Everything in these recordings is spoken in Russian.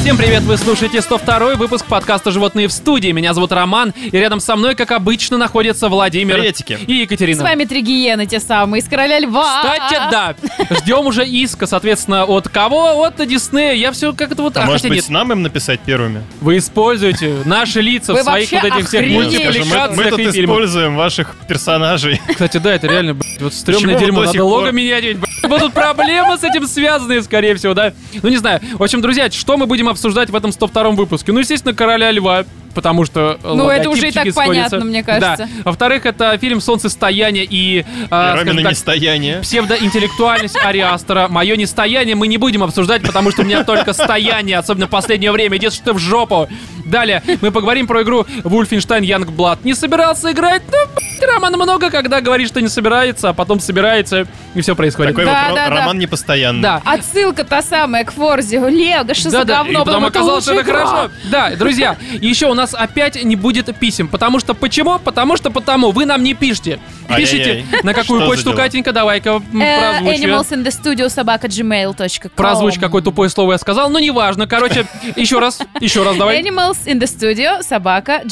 Всем привет, вы слушаете 102 выпуск подкаста «Животные в студии». Меня зовут Роман, и рядом со мной, как обычно, находится Владимир Приветики. и Екатерина. С вами три гиены те самые, из Короля Льва. Кстати, да, ждем уже иска, соответственно, от кого? От Диснея. Я все как это вот... А может хотя быть, нет. нам им написать первыми? Вы используете наши лица в Вы своих вот вообще этих всех охренели, Скажем, мы, мультипликациях мы тут и фильмах. используем ваших персонажей. Кстати, да, это реально, блядь, вот стрёмное Почему вы дерьмо, до надо сих лого пор- менять, блядь. Будут проблемы с этим связанные, скорее всего, да? Ну, не знаю. В общем, друзья, что мы будем обсуждать в этом 102 выпуске? Ну, естественно, «Короля льва», потому что э, Ну, это уже и так логотипчики понятно, сходятся. мне кажется. Да. Во-вторых, это фильм «Солнцестояние» и, э, скажем Ромина так, нестояние. псевдоинтеллектуальность Ариастера. Мое нестояние мы не будем обсуждать, потому что у меня только стояние, особенно в последнее время. Идет что в жопу. Далее мы поговорим про игру Wolfenstein Youngblood. Не собирался играть? Ну, блядь, Роман много, когда говорит, что не собирается, а потом собирается, и все происходит. Такой Да, вот да, ро- да. роман непостоянный. Да. Отсылка та самая к Форзе. Лего, что за Да-да, говно? и потом оказалось, что это лучшая игра. хорошо. Да, друзья, и еще у нас опять не будет писем. Потому что почему? Потому что потому. Вы нам не пишите. Пишите, Ай-яй-яй. на какую Что за почту, дела? Катенька, давай-ка м, Э, прозвучивай. Animals in the Studio собака gmail.com Прозвучь, какое тупое слово я сказал, но неважно. Короче, еще раз, еще раз давай. Animals in the Studio собака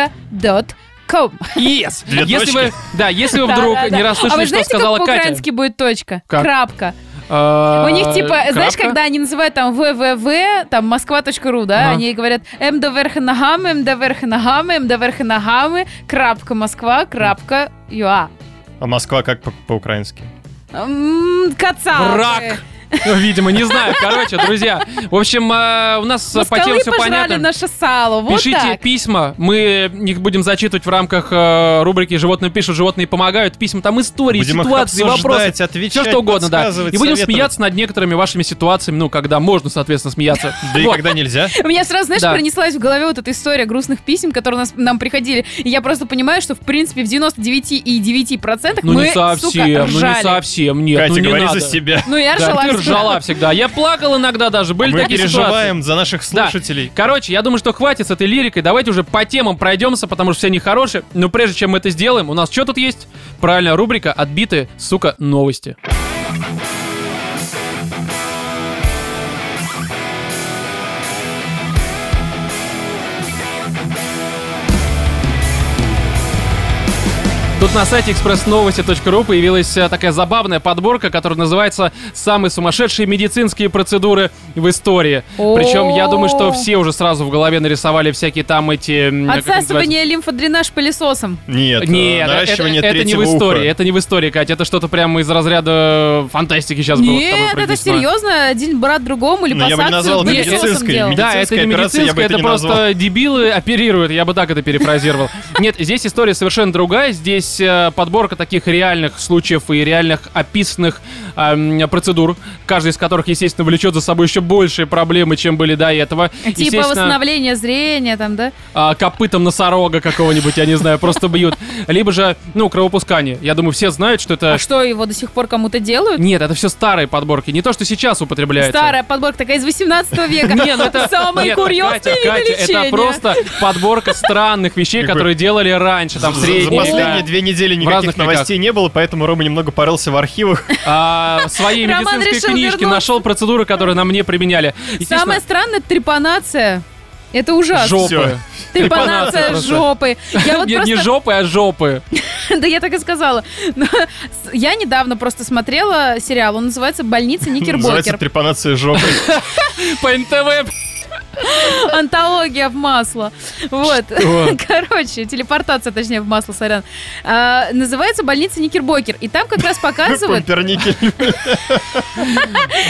gmail.com Yes. Две Если точки. вы, да, если вы вдруг Да-да-да. не А расслышали, вы что знаете, как сказала Катя. Э, по-украински будет точка? Как? Крапка. У У А, них типа, знаешь, когда они называют там www, там москва.ру, да, Ага. они говорят м до верха ногами, м до верха ногами, м до верха ногами, крапка Москва, крапка юа. А Москва как по- по-украински? М, Кацапы. Рак. Ну, Видимо, не знаю. Короче, друзья. В общем, э, у нас по теме Москалы все пожрали понятно. наше сало, вот Пишите так. письма, мы их будем зачитывать в рамках э, рубрики «Животные пишут, животные помогают». Письма там истории, Будем их ситуации, обсуждать, вопросы, отвечать, все что угодно, да. И подсказывать, будем советовать. смеяться над некоторыми вашими ситуациями, ну, когда можно, соответственно, смеяться. Да и Вот. когда нельзя. У меня сразу, знаешь, Да. пронеслась в голове вот эта история грустных писем, которые нас, нам приходили. И я просто понимаю, что, в принципе, в 99,9% Ну мы, не совсем, сука, ну не ржали. совсем, нет, ну Катя, не говори надо. за себя. Ну, я Да, ржала. ты всегда. ржала всегда. Я плакал иногда даже, были А Мы такие ситуации. переживаем за наших Да. слушателей. Короче, я думаю, что хватит с этой лирикой. Давайте уже по темам пройдемся, потому что все они хорошие. Но прежде чем мы это сделаем, у нас что тут есть? Правильная рубрика «Отбитые, сука, новости». Тут на сайте expressnovости.ru появилась э, такая забавная подборка, которая называется «Самые сумасшедшие медицинские процедуры в истории». О. Причем я думаю, что все уже сразу в голове нарисовали всякие там эти... м, как это называется? Отсасывание лимфодренаж пылесосом. Нет, Нет, э, это, наращивание это- это не в третьего истории, уха. это не в истории, Катя, это что-то прямо из разряда фантастики сейчас было. с тобой Нет, это произнесено. серьезно, один брат другому или Но Ну, по я бы не назвал сакцию это пылесосом медицинской. делал. Меди- Да, это не Медицинская операция, я медицинская, бы это это не просто назвал. дебилы оперируют, я бы так это перефразировал. Нет, здесь история совершенно другая, здесь э, подборка таких реальных случаев и реальных описанных эм, процедур, каждая из которых, естественно, влечет за собой еще большие проблемы, чем были до этого. Типа Естественно, восстановление зрения там, да? а, копытом носорога какого-нибудь, я не знаю, просто бьют. Либо же, ну, кровопускание. Я думаю, все знают, что это... А что, его до сих пор кому-то делают? Нет, это все старые подборки, не то, что сейчас употребляется. Старая подборка такая из 18 века. Не, ну это... Самые нет, курьезные Катя, виды Катя, это лечения. просто подборка странных вещей, Какой- которые делали раньше, там, в За- За средние последние две недели разных никаких веках. новостей не было, поэтому Рома немного порылся в архивах. а, в своей Роман решил медицинской книжке вернуться. нашел процедуры, которые на мне применяли. Самое Естественно, странное — трепанация. Это ужасно. жопы. трепанация Трепанация просто. жопы. Я вот Нет, не просто... жопы, а жопы. Да я так и сказала. Но с- Я недавно просто смотрела сериал. Он называется «Больница Называется Никербокер». трепанация жопы. По НТВ. Антология в масло. Вот. Что? Короче, телепортация, точнее, в масло, сорян. А, называется больница Никербокер. И там как раз показывают, Пумперники.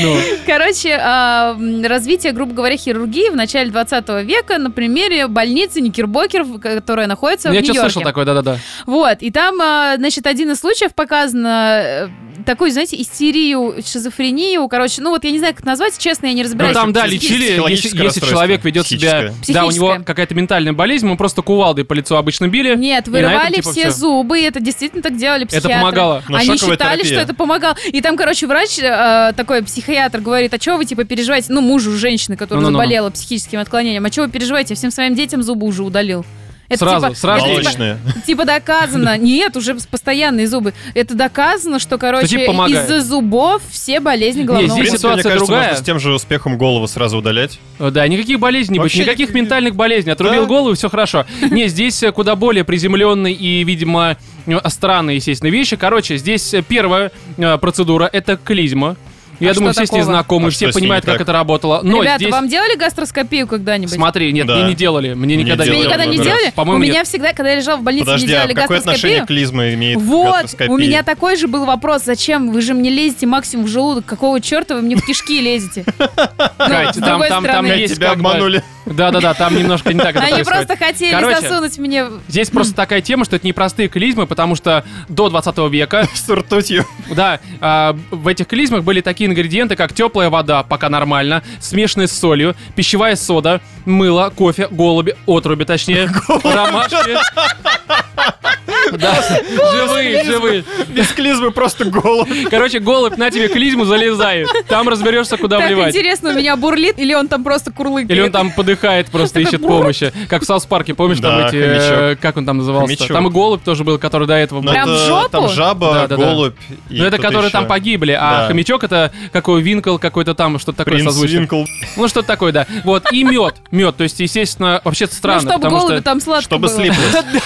Ну, короче, а, м, развитие, грубо говоря, хирургии в начале 20 века на примере больницы Никербокер, в- которая находится Ну, Я в что Нью-Йорке. слышал такое, да-да-да. Вот. И там, а, значит, один из случаев показан э, такую, знаете, истерию, шизофрению, короче, ну вот я не знаю, как назвать, честно, я не Ну разбираюсь. там, да, Психически. лечили, если, Психологическое если человек расстройство. ведет себя... Психическое. Да, у него Психическое. какая-то ментальная болезнь, мы просто кувалдой по лицу обычно били. Нет, и на этом, вырывали типа, все всё. зубы, и это действительно так делали Это психиатры. помогало. Но Они шоковая считали, терапия. что это помогало. И там, короче, врач, э, такой психиатр, говорит, а чего вы, типа, переживаете? Ну, мужу женщины, которая Ну-ну-ну. заболела психическим отклонением. А чего вы переживаете? Я всем своим детям зубы уже удалил. Это Сразу, типа, сразу. это типа- Молочные. Типа доказано. Нет, уже постоянные зубы. Это доказано, что, короче, типа помогает. из-за зубов все В болезни здесь головного принципе, ситуация мне кажется, другая. можно с тем же успехом голову сразу удалять. Э, Да, никаких болезней не будет, Вообще никаких никаких. ментальных болезней. Отрубил Да. голову, все хорошо. Не, здесь э, куда более приземленный и, видимо, э, странные, естественно, вещи. Короче, здесь э, первая э, процедура — это клизма. Я А думаю, что все с ней такого? знакомы, А что все с ней понимают, не так? как это работало. Но Ребята, здесь... вам делали гастроскопию когда-нибудь? Смотри, нет, Да. мне не делали. Мне Не никогда Тебе делали. не никогда не много раз. делали? У По-моему, нет. меня всегда, когда я лежала в больнице, Подожди, мне а делали какое отношение гастроскопию. клизма имеет Вот, гастроскопия? у меня такой же был вопрос, зачем вы же мне лезете максимум в желудок, какого черта вы мне в кишки лезете? Ну, Кать, с там- другой там- там Блядь, стороны. есть тебя как бы- обманули. Да-да-да, там немножко не так это Они происходит. просто хотели Короче. засунуть мне... Здесь просто такая тема, что это непростые клизмы, потому что до 20 века С ртутью. Да, а, в этих клизмах были такие ингредиенты, как теплая вода, пока нормально, смешанная с солью, пищевая сода, мыло, кофе, голуби, отруби, точнее, ромашки. Да, живые, живые. Без клизмы просто голову. Короче, голубь, на тебе клизму залезай. Там разберешься, куда Так вливать. интересно, у меня бурлит или он там просто курлыкает? Ну, Или он там подыхает, просто ищет помощи. Как в Саус Парке, помнишь, там Да, эти... э, Как он там назывался? Хомячок. Там и голубь тоже был, который до этого был. Ну, Прям это в жопу? Там жаба, Да-да-да. голубь и Ну, это кто-то которые еще. там погибли, а Да. хомячок это какой Винкл, какой-то там, что-то такое Принц созвучное. Винкл. Ну, что-то такое, да. Вот, и мед. Мед. То есть, естественно, вообще Ну, странно, чтобы потому голуби что там сладко Чтобы было. слиплось.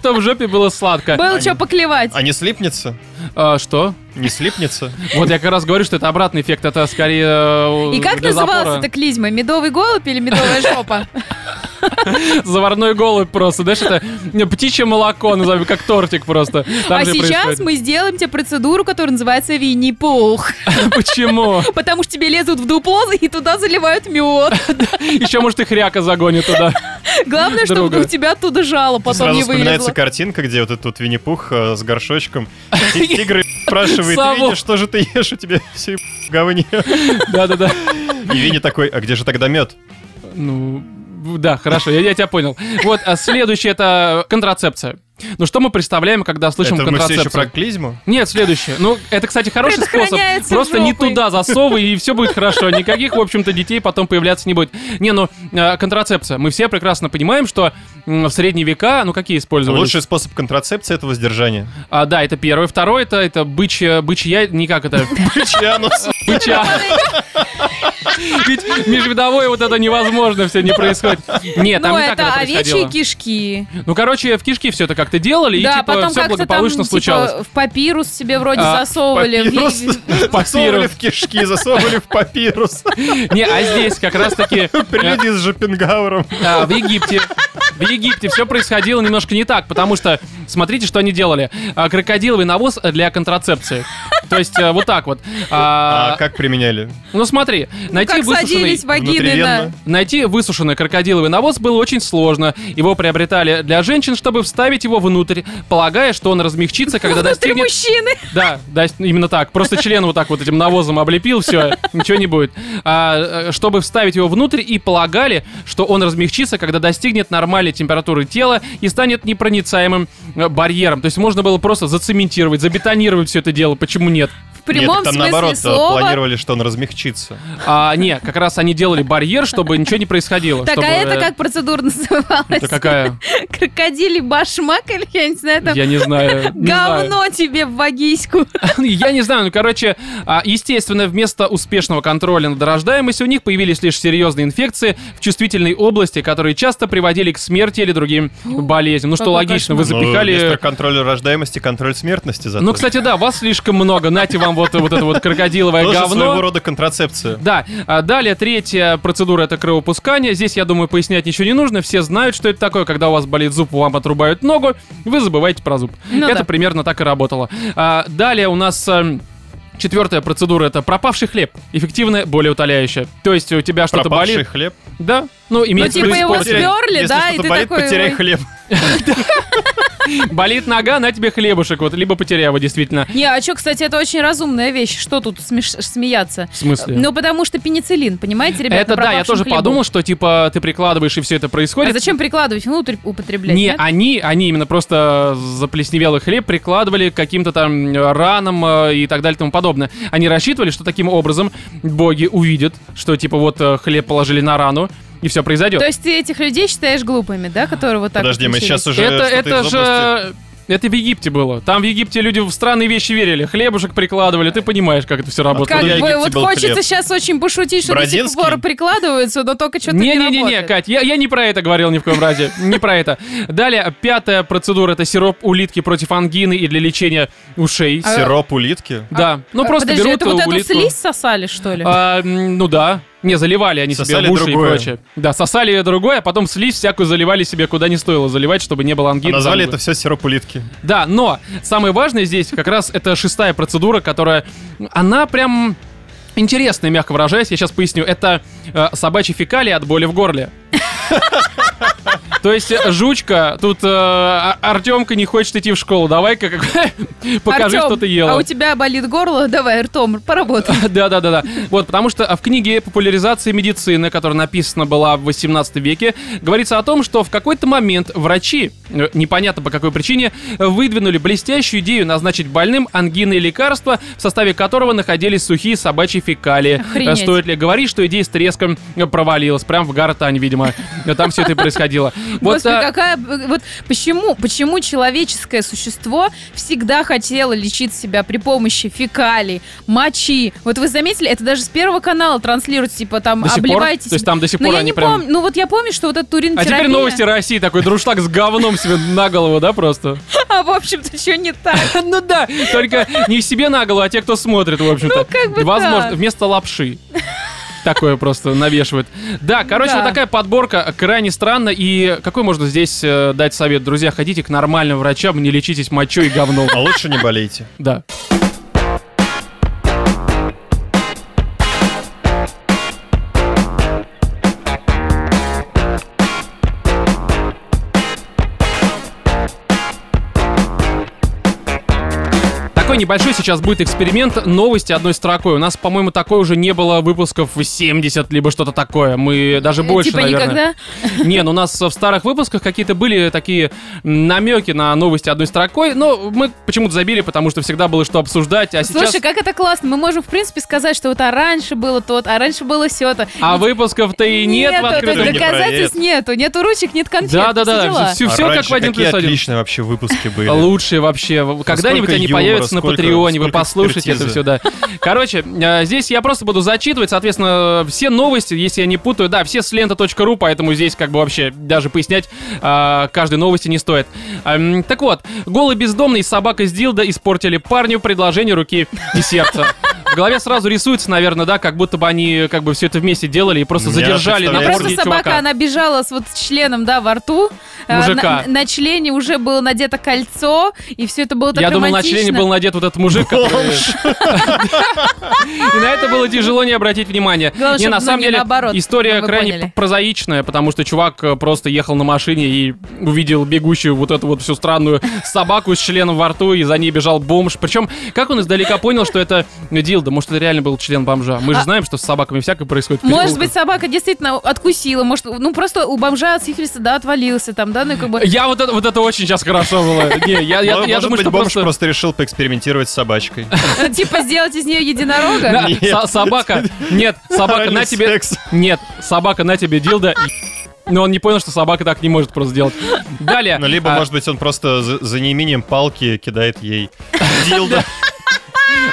что в жопе было сладко. Было что поклевать. А не слипнется? А, Что? Не слипнется? Вот я как раз говорю, что это обратный эффект, это скорее. э, И как для называлась запора. эта клизма? Медовый голубь или медовая жопа? Заварной голубь просто. Знаешь, это не, птичье молоко, назовем, как тортик просто. Там А же и сейчас происходит. мы сделаем тебе процедуру, которая называется Винни-Пух. Почему? Потому что тебе лезут в дупло и туда заливают мед. Еще, может, и хряка загонит туда. Главное, чтобы Друга. у тебя оттуда жало потом Сразу не вспоминается вылезло. картинка, где вот этот вот Винни-Пух э, с горшочком. И тигр спрашивает, Сову. Винни, что же ты ешь? У тебя все в говне. Да-да-да. И Винни такой, а где же тогда мед? Ну, да, хорошо, я, я тебя понял. Вот, а следующее это контрацепция. Ну, что мы представляем, когда слышим Это мы все контрацепцию? еще про клизму? Нет, следующее. Ну, это, кстати, хороший способ. Предохраняется Просто не жопой. туда засовы, и все будет хорошо. Никаких, в общем-то, детей потом появляться не будет. Не, ну, э, контрацепция. Мы все прекрасно понимаем, что м, в средние века, ну, какие использовались? Лучший способ контрацепции — это воздержание. А, да, это первое. Второе, это, это бычья, бычья, не как это, Бычья нос. быча. Ведь межвидовое вот это невозможно все не происходит. Нет, там Ну, не так это это происходило. овечьи кишки. Ну, короче, в кишки все это как-то делали, и да, типа потом все как-то благополучно там, случалось. Типа, в папирус себе вроде А, засовывали. Папирус. Засовывали в кишки, засовывали в папирус. Не, а здесь как раз-таки э, Приледи с Шопенгауэром. а, в Египте. В Египте все происходило немножко не так, потому что смотрите, что они делали. А, Крокодиловый навоз для контрацепции. То есть э, вот так вот. А, А как применяли? Ну смотри, Ну, найти как высушенный... садились вагины на... Внутривенно? Найти высушенный крокодиловый навоз было очень сложно. Его приобретали для женщин, чтобы вставить его внутрь, полагая, что он размягчится, когда Внутри достигнет мужчины. Да, да, с- именно так. Просто член вот так вот этим навозом облепил, все, ничего не будет. А, э, чтобы вставить его внутрь и полагали, что он размягчится, когда достигнет нормальной температуры тела и станет непроницаемым э, барьером. То есть можно было просто зацементировать, забетонировать все это дело. Почему нет? э, В Нет, прямом там смысле наоборот а, слова. планировали, что он размягчится. А, не, как раз они делали барьер, чтобы ничего не происходило. Так, чтобы, а это э, как процедура называлась? это какая? Крокодилий башмак или я не знаю, там Я не знаю. не знаю. говно тебе в вагиську. Я не знаю, ну, короче, а, естественно, вместо успешного контроля над рождаемостью у них появились лишь серьезные инфекции в чувствительной области, которые часто приводили к смерти или другим болезням. Ну, что Какой логично, вы Ну, вместо запихали... контроль рождаемости, контроль смертности зато. Ну, кстати, да, вас слишком много. Нате вам вот, вот это вот крокодиловое Тоже своего говно. рода контрацепция. Да, а далее третья процедура это кровопускание. Здесь, я думаю, пояснять ничего не нужно. Все знают, что это такое, когда у вас болит зуб, вам отрубают ногу, вы забываете про зуб. Ну это да. примерно так и работало. А, далее у нас эм, четвертая процедура это пропавший хлеб. Эффективная, более утоляющая. То есть у тебя что-то Пропавший болит. хлеб. Да. Ну, имеется в типа виду его использовать. Потеряй- спёрли, Если да, и что-то ты болит, такой, потеряй ой. хлеб. Болит нога, на тебе хлебушек. Вот, либо потеряй его, действительно. Не, а что, кстати, это очень разумная вещь. Что тут смеш- смеяться? В смысле? Ну, потому что пенициллин, понимаете, ребята? это на да, я пропавшем тоже хлебу. подумал, что типа ты прикладываешь и все это происходит. А зачем прикладывать внутрь употреблять? Не, а нет? они, они именно просто заплесневелый хлеб прикладывали к каким-то там э, ранам э, и так далее и тому подобное. Они рассчитывали, что таким образом боги увидят, что типа вот э, хлеб положили на рану, и все произойдет. То есть ты этих людей считаешь глупыми, да, которые вот так Подожди, вот мы сейчас учились? уже Это, что-то это из области- же... Это в Египте было. Там в Египте люди в странные вещи верили. Хлебушек прикладывали. Ты понимаешь, как это все работает. Как Откуда в бы Египте вот был хочется хлеб? сейчас очень пошутить, что до сих Бродинский? пор прикладываются, но только что-то не, Не-не-не, работает. Кать, я, я не про это говорил ни в коем разе. Не про это. Далее, пятая процедура это сироп улитки против ангины и для лечения ушей. А- Сироп улитки? Да. Ну А, просто Подожди, берут это вот эту улитку. слизь сосали, что ли? А, м, ну да. Не, заливали они Сосали себе в уши другое. и прочее. Да, сосали другое, а потом слизь всякую заливали себе, куда не стоило заливать, чтобы не было А ангины. назвали там бы. это все сироп улитки. Да, но самое важное здесь как раз это шестая процедура, которая... Она прям интересная, мягко выражаясь. Я сейчас поясню. Это э, собачьи фекалии от боли в горле. То есть э, жучка, тут э, А- Артемка не хочет идти в школу. Давай-ка как- покажи, Артём, что ты ела. А у тебя болит горло? Давай, ртом, поработай. Да, да, да, да. Вот, потому что а, в книге популяризации медицины, которая написана была в 18 веке, говорится о том, что в какой-то момент врачи, э, непонятно по какой причине, э, выдвинули блестящую идею назначить больным ангины лекарства, в составе которого находились сухие собачьи фекалии. Охренеть. Э, Стоит ли говорить, что идея с треском э, провалилась, прям в гортань, видимо. Э, Там все это и происходило. Вот, Господи, а, какая... б- Вот почему, почему человеческое существо всегда хотело лечить себя при помощи фекалий, мочи? Вот вы заметили, это даже с первого канала транслируется, типа там До сих пор? То обливайтесь. есть там до сих Ну, пор я они не прям... помню. Ну, вот я помню, что вот эта А турин-терапия... теперь новости России, такой друшлаг с говном себе на голову, да, просто? А, в общем-то, что не так? Ну да, только не себе на голову, а те, кто смотрит, в общем-то. Ну, как бы Возможно, так. вместо лапши. Такое просто навешивают. Да, короче, Да. вот такая подборка э, крайне странно. И какой можно здесь э, дать совет? Друзья, ходите к нормальным врачам, не лечитесь мочой и говном. А лучше не болейте. Да. Такой небольшой сейчас будет эксперимент новости одной строкой. У нас, по-моему, такой уже не было выпусков в 70, либо что-то такое. Мы даже больше, Типа наверное. никогда? Не, ну у нас в старых выпусках какие-то были такие намеки на новости одной строкой, но мы почему-то забили, потому что всегда было что обсуждать, а сейчас... Слушай, как это классно. Мы можем, в принципе, сказать, что вот а раньше было тот, а раньше было все то А выпусков-то и нет, в Нету, открытом... то есть Не про доказательств нету, нету ручек, нет конфет. Да, да, все дела. да, все, А как раньше в один какие плюс один. отличные вообще выпуски были. Лучшие вообще. Когда-нибудь а сколько они юмора, появятся на сколько- Патреоне, вы сколько послушайте это экспертизы. все, да. Короче, э, здесь я просто буду зачитывать, соответственно, все новости, если я не путаю, да, все с лента.ру, поэтому здесь как бы вообще даже пояснять э, каждой новости не стоит. Эм, Так вот, голый бездомный собака с дилда испортили парню предложение руки и сердца. В голове сразу рисуется, наверное, да, как будто бы они как бы все это вместе делали и просто У меня задержали на представляется- Ну, Просто морде собака, чувака. она бежала с вот с членом, да, во рту. А, Мужика. На, на члене уже было надето кольцо, и все это было так Я думал, на романтично. члене был надет вот этот мужик, который... И на это было тяжело не обратить внимания. Главное, не, чтобы на самом ноги деле, наоборот, история чтобы вы крайне поняли. прозаичная, потому что чувак э, просто ехал на машине и увидел бегущую вот эту вот всю странную собаку с членом во рту, и за ней бежал бомж. Причем, как он издалека понял, что это Дилда? Может, это реально был член бомжа? Мы же знаем, что с собаками всякое происходит. в А Может быть, переулках. собака действительно откусила, может, ну просто у бомжа от сифилиса, да, отвалился там, да, ну и как бы... Я вот это, вот это очень сейчас хорошо было. Не, я, я- я Ну, может думаю, быть, что бомж просто... просто решил поэкспериментировать с собачкой. Типа сделать из нее единорога? Да, Нет. со- собака, нет, собака, Оральный на тебе, секс. Нет, собака на тебе дилда. и- Но он не понял, что собака так не может просто делать. Далее. Ну, либо, а, может быть, он просто за, за неимением палки кидает ей дилдо.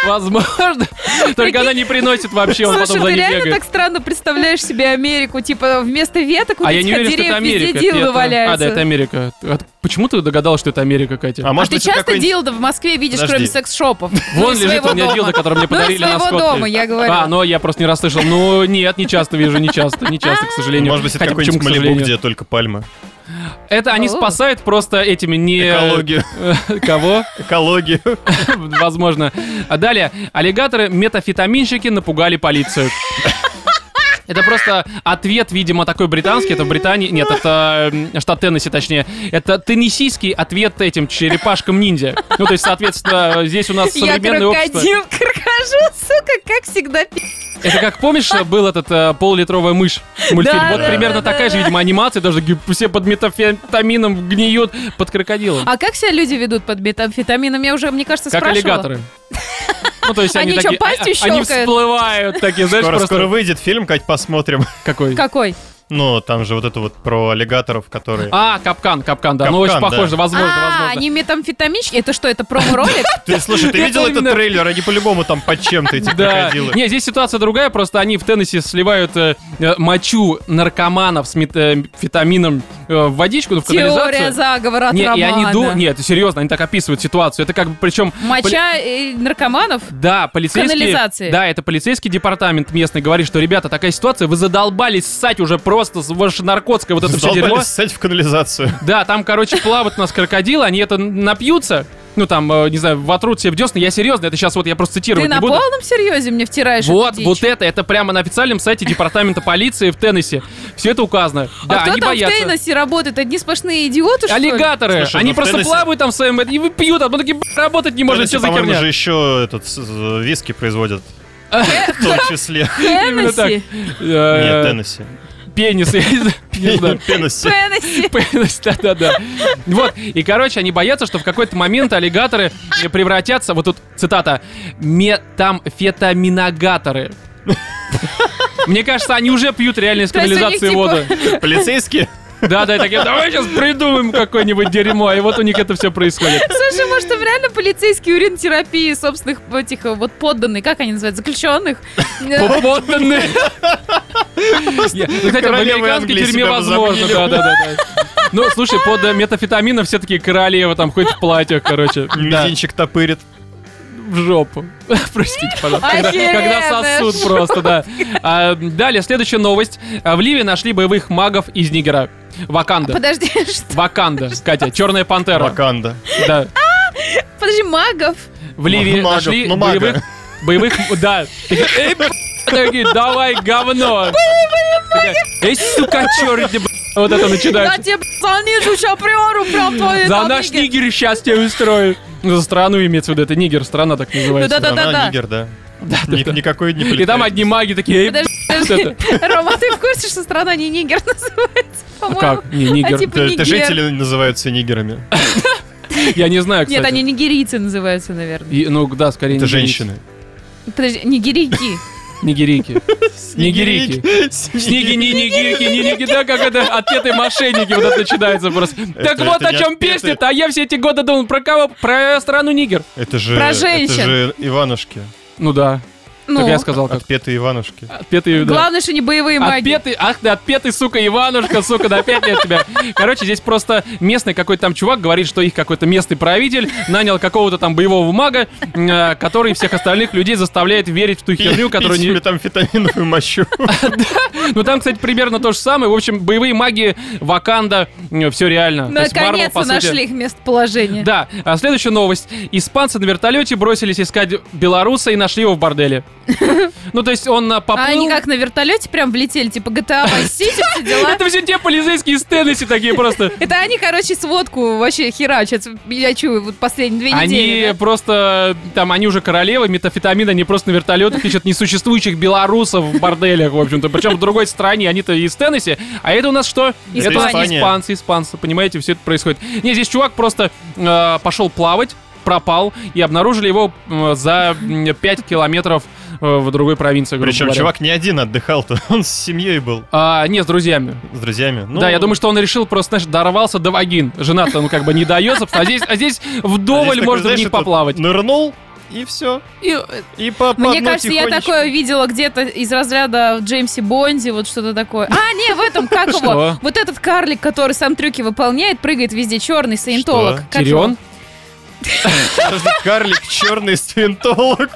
Возможно. Только она не приносит вообще, он Слушай, потом за ты ней реально бегает. так странно представляешь себе Америку, типа вместо веток у А я не этих уверен, что это деревьев Америка. везде это- дилдо это- валяются. А, да, это Америка. А ты- Почему ты догадалась, что это Америка, Катя? А может а ты быть, часто какой-нибудь- дилдо в Москве видишь, Подожди. кроме секс-шопов? Ну, Вон и лежит своего у меня дома. дилда, который мне Ну, и подарили на своего сходке. дома, я говорю. А, но я просто не расслышал. Ну, нет, не часто вижу, не часто, не часто, к сожалению. Может быть, это Хотя какой-нибудь почему, к Малибу, сожалению? где только пальмы. Это они О. спасают просто этими не... Экологию. Кого? Экологию. Возможно. А далее. Аллигаторы метафетаминщики напугали полицию. Это просто ответ, видимо, такой британский. Это в Британии... Нет, это м, штат Теннесси, точнее. Это теннисийский ответ этим черепашкам-ниндзя. Ну, то есть, соответственно, здесь у нас Я современное общество. крокодил, крокожу, сука, как всегда. Это как, помнишь, был этот э, пол-литровая мышь мультфильм? Да, Вот да, примерно да, такая же, да. видимо, анимация. Даже ги- все под метафетамином гниют под крокодилом. А как себя люди ведут под метамфетамином? Я уже, мне кажется, Как спрашивала. аллигаторы. Ну, то есть они, Они чё, такие, пастью а- а- они щелкают? всплывают такие, знаешь, Скоро просто... скоро выйдет фильм, Кать, посмотрим. Какой? Какой? Ну, там же вот это вот про аллигаторов, которые... А, капкан, капкан, да. Ну, Капкан, очень похоже, да. возможно, А, возможно. они метамфетаминщики? Это что, это промо-ролик? Ты, слушай, ты Я видел этот помню. трейлер? Они по-любому там под чем-то эти Да. крокодилы. Не, здесь ситуация другая, просто они в Теннесси сливают э, э, мочу наркоманов с мет- э, фетамином э, в водичку, ну, в Теория канализацию. заговора от Не, и они ду... Романа. Нет, серьезно, они так описывают ситуацию. Это как бы причем... Моча э, наркоманов? Да, полицейский... Канализации. Да, это полицейский департамент местный говорит, что, ребята, такая ситуация, вы задолбались ссать уже просто с- ваше наркотское вот это все Задолбались дерьмо. ссать в канализацию. Да, там, короче, плавают у нас крокодилы, они это напьются, ну там, э, не знаю, вотрут себе в десна. Я серьезно, это сейчас вот я просто цитировать Ты не на буду. полном серьезе мне втираешь Вот, эту дичь? вот это, это прямо на официальном сайте департамента полиции в Теннессе. Все это указано. Да, а кто они там в боятся. Тейносе работает? Одни сплошные идиоты, что ли? Аллигаторы! Слушай, они ну в просто Теннессе- плавают там в своем и вы пьют, а потом такие, «Б***ь, работать не можно, Кстати, что за по-моему, херня? же еще этот с- с- виски производят. В том числе. Именно так. Теннесси. Нет, Э, Теннесси. Пенис, я не знаю, не знаю. Э, Теннесси. Теннесси. Пенис, да-да-да. Вот, и, короче, они боятся, что в какой-то момент аллигаторы э, превратятся, вот тут цитата, метамфетаминогаторы. Мне кажется, они уже пьют реально из То есть у них, канализации типа, воду. Полицейские? Да, да, и такие, давай сейчас придумаем какое-нибудь дерьмо. И вот у них это все происходит. Слушай, может, там реально полицейские урин терапии собственных этих э, вот подданных, как они называют, заключенных? Э, Подданные. Я- ну, Кстати, в Королевы американской Англии тюрьме себя возможно, возомнили. да, да, да. да. Ну, слушай, под э, метафетамином все-таки королева там ходит в платьях, короче. Да, Мизинчик топырит. в жопу. Простите, пожалуйста. Когда- Когда Охеренно, сосуд просто, да. А, Далее, следующая новость. А, В Ливии нашли боевых магов из Нигера. Ваканда. Подожди, что- Ваканда, Катя, черная пантера. Ваканда. Да. подожди, магов? В Ливии Ну, магов, нашли ну, мага. боевых... Боевых... Да. Такие, «Эй, б***ь!» Такие, давай, говно. Такая, Эй, сука, черт, б***ь!» Вот это Я начинается. тебе б***ь, занижу ща приору прям твою. За там, наш Нигер. Нигер сейчас тебя устрою. Ну, За страну имеется в виду, это Нигер, страна так называется. Ну да-да-да-да. Страна Нигер, да. Ни- Никакой не И полетает. там одни маги такие, «Эй, б***ь!» Подожди, подожди. Рома, ты в курсе, что страна не Нигер называется, по-моему? как? Не, Нигер. А типа Это это Нигер. жители называются нигерами. я не знаю, кстати. Нет, они нигерийцы называются, наверное. И- ну да, скорее Это нигерийцы. женщины. Подожди, нигерийки. Нигерийки. Нигерийки. Снеги, не нигерики, не нигерики. Да, как это отпетые мошенники. Вот это начинается просто. Так это вот, о не чем отпетые. песня-то. А я все эти годы думал про кого? Про страну Нигер. Это же... Про Это женщин. же Иванушки. Ну да. Ну, Так я сказал, как. Отпетые Иванушки. Отпетые, да. главное, что не боевые маги. Отпетый, ах ты, отпетый, сука, Иванушка, сука, да опять нет тебя. Короче, здесь просто местный какой-то там чувак говорит, что их какой-то местный правитель нанял какого-то там боевого мага, э, который всех остальных людей заставляет верить в ту херню, которую не... там фитаминовую мощу. Ну там, кстати, примерно то же самое. В общем, боевые маги, Ваканда, все реально. То есть Marvel, Наконец-то по сути- нашли их местоположение. Да, а следующая новость. Испанцы на вертолете бросились искать белоруса и нашли его в борделе. Ну, то есть он а, А они поплыл... как на вертолете прям влетели, типа GTA Vice City, все дела. Это все те полицейские из Теннесси такие просто. Это они, короче, сводку вообще херачат. Я чую, вот последние две Они недели. просто, там, они уже королевы, метафетамин, они просто на вертолетах ищут несуществующих белорусов в борделях, в общем-то. Причем в другой стране, они-то из Теннесси. А это у нас что? Это Это Испания. испанцы, испанцы, понимаете, все это происходит. Не, здесь чувак просто э, пошел плавать, пропал, и обнаружили его э, за м, 5 километров э, в другой провинции, грубо Причем говоря. чувак не один отдыхал-то, он с семьей был, А, не, с друзьями. с друзьями. Ну, да, я думаю, что он решил просто, знаешь, дорвался до вагин. Жена-то, ну, как бы не дается, а здесь, а здесь здесь вдоволь такой, можно в знаешь, них это ну, поплавать. Нырнул, и все. И, э, И по по Мне дну кажется, я тихонечко. такое видела где-то из разряда в Джеймсе Бонди, вот что-то такое. А, не, в этом, как его? Что? Вот этот карлик, который сам трюки выполняет, прыгает везде, черный саентолог. Что? Как Тирион? его? Подожди, Карлик черный свинтолог.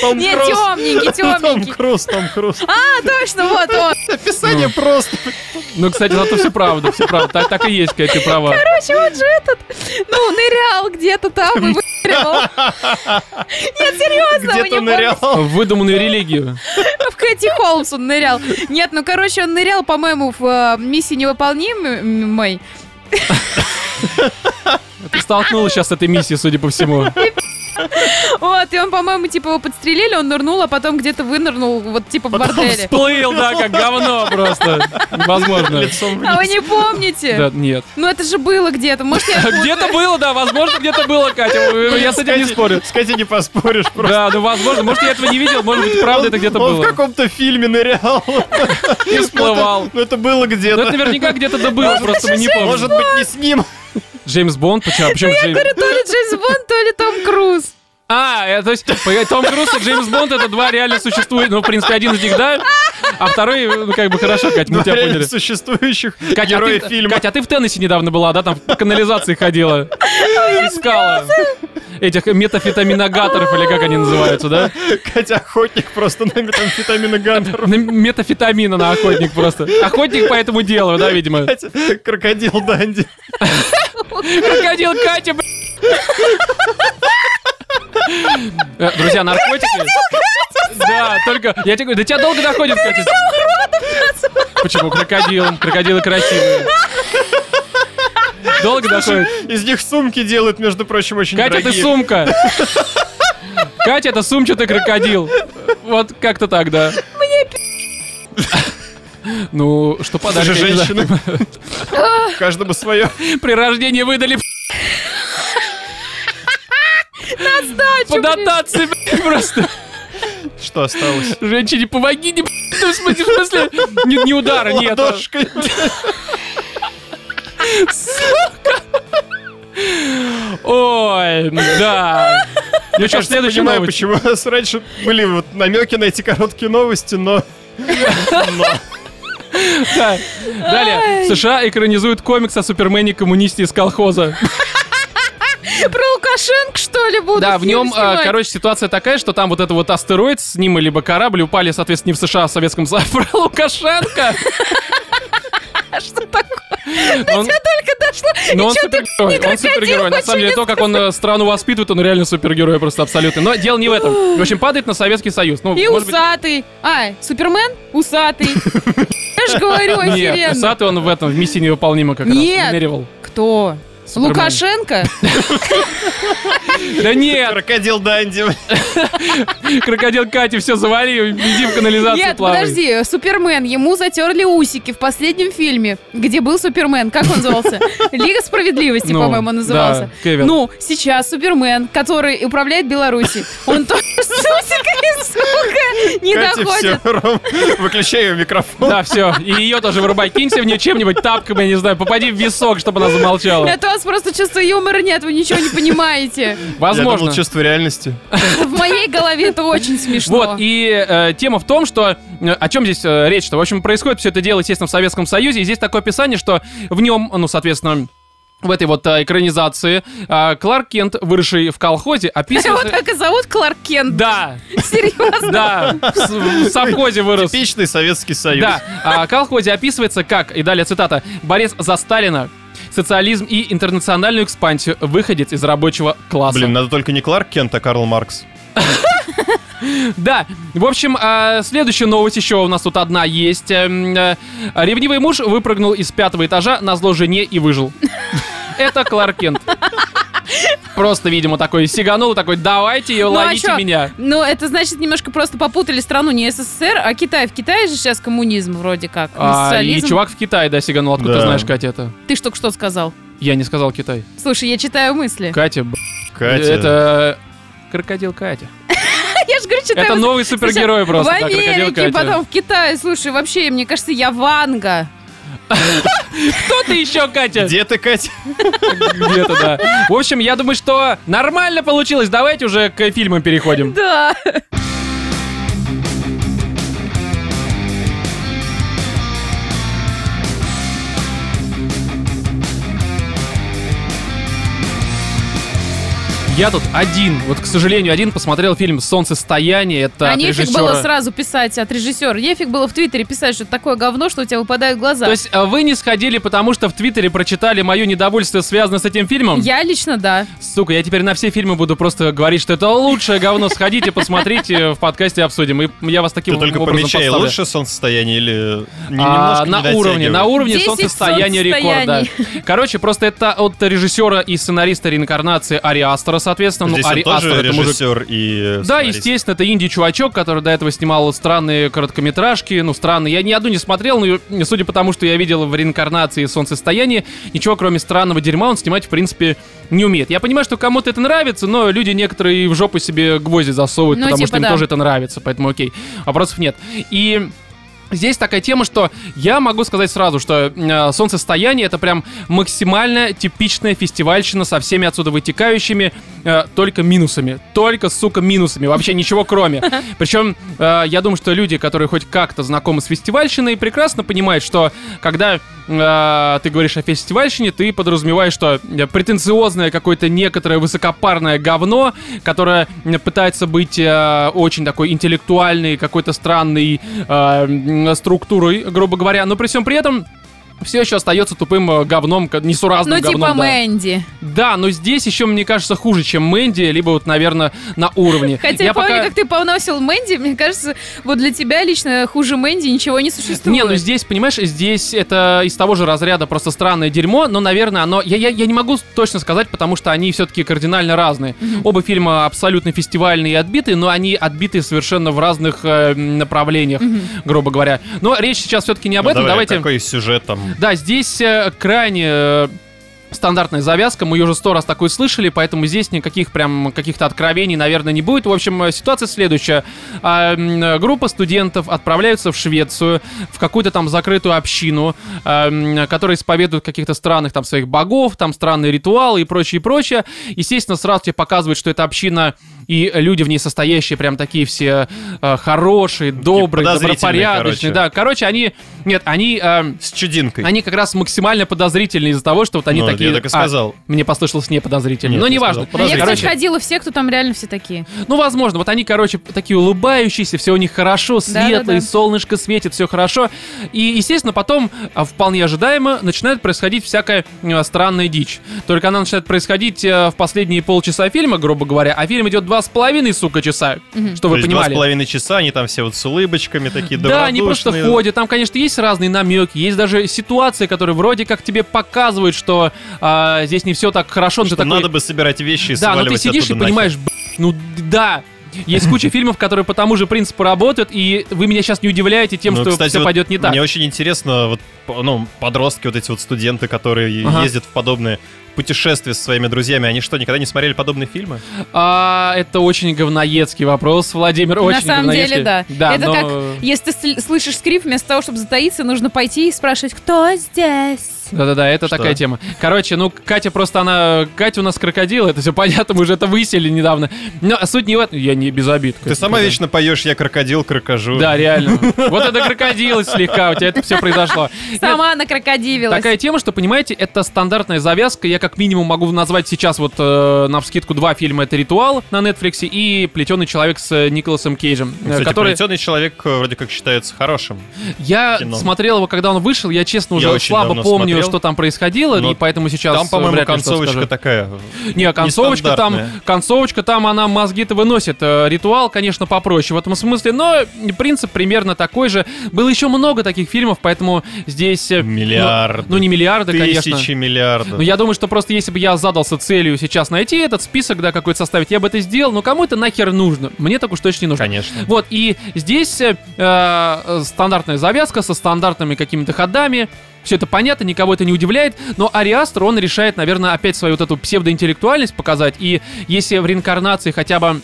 Том Не, А, Круз. темненький, Том темненький. Круз, Том Круз. Точно, вот он. Описание просто. Ну, кстати, зато все правда, все правда. Так, так и есть, Катя, ты права. Короче, вот же этот, ну, нырял где-то там и вырвал. Нет, серьезно, вы Где-то не помните? нырял. В выдуманную религию. В Кэти Холмс он нырял. Нет, ну, короче, он нырял, по-моему, в э, «Миссии невыполнимой». Ты столкнулась сейчас с этой миссией, судя по всему. Вот, и он, по-моему, типа его подстрелили, он нырнул, а потом где-то вынырнул, вот типа в борделе. Всплыл, да, как говно просто. Возможно. Лицом А вы вниз. не Да, помните? нет. А Ну это же было где-то, может я путаю? Где-то было, да, возможно, где-то было, Катя. Я с этим не Катей- спорю. С Катей не поспоришь просто. Да, ну возможно. Может, я этого не видел, может быть, правда это где-то Он в было. каком-то фильме нырял. И всплывал. Ну это было Ну, это где-то. наверняка где-то да было, просто мы не Может помним. быть, не с ним. Джеймс Бонд, почему? А Почему Джеймс? То ли Джеймс Бонд, то ли Том Круз. А, э, то есть погоди, Том Круз и Джеймс Бонд это два реально существует. Ну, в принципе, один из них, да? А второй, ну, как бы хорошо, Кать, мы Два тебя реально поняли. существующих Катя, а героя ты- фильма. Катя, а ты в Теннессе недавно была, да? Там по канализации ходила. Искала. Этих метафетаминогаторов, или как они называются, да? Катя охотник просто на метамфетамина Гандер. На метафетамина на охотник просто. Охотник по этому делу, да, видимо? Катя, крокодил Данди. Крокодил Катя, б***ь. Э, Друзья, наркотики? Да, только... Я тебе говорю, до тебя долго доходит, Катя? Почему? Крокодилом. Крокодилы красивые. Долго доходит. Из них сумки делают, между прочим, очень Катя, ты дорогие. сумка. Катя, это сумчатый крокодил. Вот как-то так, да. Мне Ну, что Ты подарки? же я не знаю. женщина. Каждому свое. При рождении выдали А, по дотации, б***ь, просто. Что осталось? Женщине, помоги, не б***ь, ну, в смысле, в смысле, не, не удара, нет. а- Ладошкой. Ой, да. Ну что, Я ж, следующая понимаю, новость. почему у нас раньше были вот намеки на эти короткие новости, но... Да. Далее. США экранизуют комикс о Супермене-коммунисте из колхоза. Про Лукашенко, что ли, будут? Да, в фильм нем, э, снимать? короче, ситуация такая, что там вот это вот астероид с ним, либо корабль упали, соответственно, не в США, а в Советском Союзе. Про Лукашенко. А что такое? Он- Только дошло. И Но Ну, он чё ты, супергерой, не он супергерой. На крокодил, самом деле, то, как он э, страну воспитывает, он реально супергерой просто абсолютно. Но дело не в этом. В общем, падает на Советский Союз. Ну, И может быть, усатый. А, Супермен? Усатый. Я же говорю, нет, охеренно. усатый он в этом, в миссии невыполнима как раз Нет. намеревал. Кто? Супермен. Лукашенко? Да нет, Крокодил Данди. крокодил Кати все завали, иди в канализацию Нет, плавай. подожди, Супермен, ему затерли усики в последнем фильме, где был Супермен, как он звался? Лига справедливости, Ну, по-моему, он да, назывался. Кевин. Ну, сейчас Супермен, который управляет Беларусью, он тоже с усиками, сука, не Катя, все, доходит. Ром, выключай ее микрофон. Да, все. И ее тоже вырубай. Кинься в нее чем-нибудь, тапками, я не знаю, попади в висок, чтобы она замолчала. Это у вас просто чувство юмора нет, вы ничего не понимаете. Я Возможно. думал, чувство реальности. В моей голове это очень смешно. Вот, и э, тема в том, что э, о чем здесь э, речь-то? В общем, происходит все это дело, естественно, в Советском Союзе. И здесь такое описание, что в нем, ну, соответственно, в этой вот э, экранизации э, Кларк Кент, выросший в колхозе, описывал... Вот как и зовут Кларк Кент. Да, Серьезно? да, в, с- в совхозе вырос. Типичный Советский Союз. Да, а, колхозе описывается как, и далее цитата, «Борец за Сталина, социализм и интернациональную экспансию, выходец из рабочего класса». Блин, надо только не Кларк Кент, а Карл Маркс. Да, в общем, а, следующая новость еще у нас тут одна есть. Эм, э, Ревнивый муж выпрыгнул из пятого этажа на зло жене и выжил. Это Кларк Кент. Просто, видимо, такой сиганул, такой, давайте ее, Ну, а ловите чё? меня. Ну, это значит, немножко просто попутали страну не СССР, а Китай. В Китае же сейчас коммунизм вроде как. ну, А, и социализм. чувак в Китае, да, сиганул. Откуда ты Да. знаешь, Катя, это? Ты ж только что сказал. Я не сказал Китай. Слушай, я читаю мысли. Катя, б***ь, Катя. это... Крокодил Катя. Я же говорю, читаю Это мысли. новый супергерой просто. в да, крокодил Америке, Катя. потом в Китае. Слушай, вообще, мне кажется, я Ванга. Кто ты еще, Катя? Где ты, Катя? Где-то, да. В общем, я думаю, что нормально получилось. Давайте уже к фильмам переходим. Да. Я тут один, вот, к сожалению, один посмотрел фильм «Солнцестояние». Это а от нефиг режиссера. было сразу писать от режиссера. Нефиг было в Твиттере писать, что такое говно, что у тебя выпадают глаза. То есть э, вы не сходили, потому что в Твиттере прочитали мое недовольство, связанное с этим фильмом? Я лично да. Сука, я теперь на все фильмы буду просто говорить, что это лучшее говно. Сходите, посмотрите, в подкасте обсудим. И я вас таким Ты только образом помечай, подставлю. лучше солнцестояние или не- А, немножко на не уровне, на дотягивает? уровне 10 солнцестояния рекорда. Короче, просто это от режиссера и сценариста реинкарнации Ари Астера соответственно, ну, Здесь Ари он тоже Астер это мужик. режиссер и Да, сценарист. естественно, это инди-чувачок, который до этого снимал странные короткометражки. Ну, странные. Я ни одну не смотрел, но э, судя по тому, что я видел в реинкарнации «Солнцестояние», ничего кроме странного дерьма он снимать, в принципе, не умеет. Я понимаю, что кому-то это нравится, но люди некоторые и в жопу себе гвозди засовывают, Ну, потому типа что им да. тоже это нравится. Поэтому окей, вопросов нет. И... Здесь такая тема, что я могу сказать сразу, что э, солнцестояние это прям максимально типичная фестивальщина со всеми отсюда вытекающими э, только минусами. Только, сука, минусами. Вообще ничего кроме. Причем э, я думаю, что люди, которые хоть как-то знакомы с фестивальщиной, прекрасно понимают, что когда э, ты говоришь о фестивальщине, ты подразумеваешь, что э, претенциозное какое-то некоторое высокопарное говно, которое э, пытается быть э, очень такой интеллектуальной, какой-то странной э, м, структурой, грубо говоря, но при всем при этом все еще остается тупым э, говном, ка- несуразным Ну, говном. типа да. Мэнди. Да, но здесь еще, мне кажется, хуже, чем Мэнди, либо вот, наверное, на уровне. Хотя я помню, как ты поносил Мэнди, мне кажется, вот для тебя лично хуже Мэнди ничего не существует. Не, ну здесь, понимаешь, здесь это из того же разряда просто странное дерьмо, но, наверное, оно... Я, я, я не могу точно сказать, потому что они все-таки кардинально разные. Оба фильма абсолютно фестивальные и отбитые, но они отбиты совершенно в разных э, м, направлениях, грубо говоря. Но речь сейчас все-таки не об Ну, этом. давай, Давайте... Какой сюжет там? Да, здесь э, крайне э, стандартная завязка, мы ее уже сто раз такую слышали, поэтому здесь никаких прям каких-то откровений, наверное, не будет. В общем, э, ситуация следующая. А, м, э, группа студентов отправляются в Швецию, в какую-то там закрытую общину, а, м, э, которые исповедуют каких-то странных там своих богов, там странные ритуалы и прочее, и прочее. Естественно, сразу тебе показывают, что это община и люди в ней состоящие прям такие все э, хорошие, добрые, подозрительные, добропорядочные. короче. Да, короче, они... Нет, они... эм, С чудинкой. они как раз максимально подозрительны из-за того, что вот они Ну, такие... я так и а, сказал. мне послышалось не подозрительно. Нет, Но я неважно. сказал А я, кстати, Короче, ходила все, кто там реально все такие. ну, возможно, вот они, короче, такие улыбающиеся, все у них хорошо, светлые, Да-да-да. солнышко светит, все хорошо. И, естественно, потом, а, вполне ожидаемо, начинает происходить всякая э, странная дичь. Только она начинает происходить э, в последние полчаса фильма, грубо говоря, а фильм идет два с половиной, сука, часа, То чтобы вы есть понимали. два с половиной часа, они там все вот с улыбочками такие Да, они просто добродушные. ходят. Там, конечно, есть разные намеки, есть даже ситуации, которые вроде как тебе показывают, что а, здесь не все так хорошо, но ты Что такой. Надо бы собирать вещи и да, но ты сваливать сидишь и оттуда понимаешь, «Б***ь, ну да. Есть куча фильмов, которые по тому же принципу работают, и вы меня сейчас не удивляете тем, Ну, что кстати, все вот пойдет не так. Мне очень интересно, вот, по- ну, подростки, вот эти вот студенты, которые Ага. ездят в подобные путешествия со своими друзьями, они что, никогда не смотрели подобные фильмы? А, это очень говноедский вопрос, Владимир. Очень На самом говноедский. деле, да. Это но- как, если ты сл- слышишь скрип, вместо того, чтобы затаиться, нужно пойти и спрашивать, кто здесь? Да-да-да, это Что? такая тема. Короче, ну, Катя просто, она... Катя у нас крокодил, это все понятно, мы уже это выяснили недавно. Но суть не в этом... Я не без обид. Ты сама конечно. вечно поешь, я крокодил, крокожу. Да, реально. Вот это крокодил слегка, у тебя это все произошло. Нет, Сама накрокодивилась. Такая тема, что, понимаете, это стандартная завязка. Я как минимум могу назвать сейчас вот э, на вскидку два фильма. Это «Ритуал» на Netflix и «Плетеный человек» с э, Николасом Кейджем. э, Кстати, который... «Плетеный человек э, вроде как считается хорошим. Я кино. смотрел его, когда он вышел. Я, честно, уже Я очень слабо давно помню, смотрел. что там происходило, Но и поэтому сейчас Там, э, по-моему, вряд ли что концовочка скажу. такая. Не, концовочка там, нестандартная. концовочка там, она мозги-то выносит. Э, Ритуал, конечно, попроще в этом смысле, но принцип примерно такой же. Было еще много таких фильмов, поэтому здесь... э, ну, Миллиарды. Ну, не миллиарды, Тысячи конечно. миллиардов. Но я думаю, что просто если бы я задался целью сейчас найти этот список, да, какой-то составить, я бы это сделал, но кому это нахер нужно? Мне так уж точно не нужно. Конечно. Вот, и здесь э, э, стандартная завязка со стандартными какими-то ходами. Все это понятно, никого это не удивляет, но Ариастр, он решает, наверное, опять свою вот эту псевдоинтеллектуальность показать, и если в реинкарнации хотя бы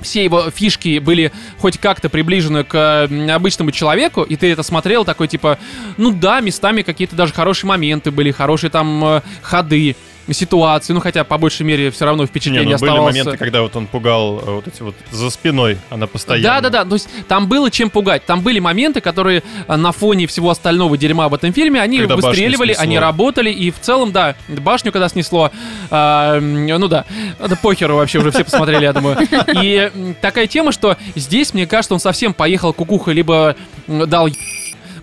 все его фишки были хоть как-то приближены к э, м, обычному человеку, и ты это смотрел, такой типа, ну да, местами какие-то даже хорошие моменты были, хорошие там э, ходы, ситуации, ну хотя по большей мере все равно Не, впечатление ну, были оставалось. моменты, когда вот он пугал э, вот эти вот за спиной, она постоянно. Да, да, да. То есть там было чем пугать. Там были моменты, которые э, на фоне всего остального дерьма в этом фильме, они Когда башню выстреливали, снесло. они работали, и в целом, да, башню когда снесло, а, м, ну да, это похеру вообще уже все посмотрели, я думаю. И м, такая тема, что здесь, мне кажется, он совсем поехал кукухой, либо м, дал е-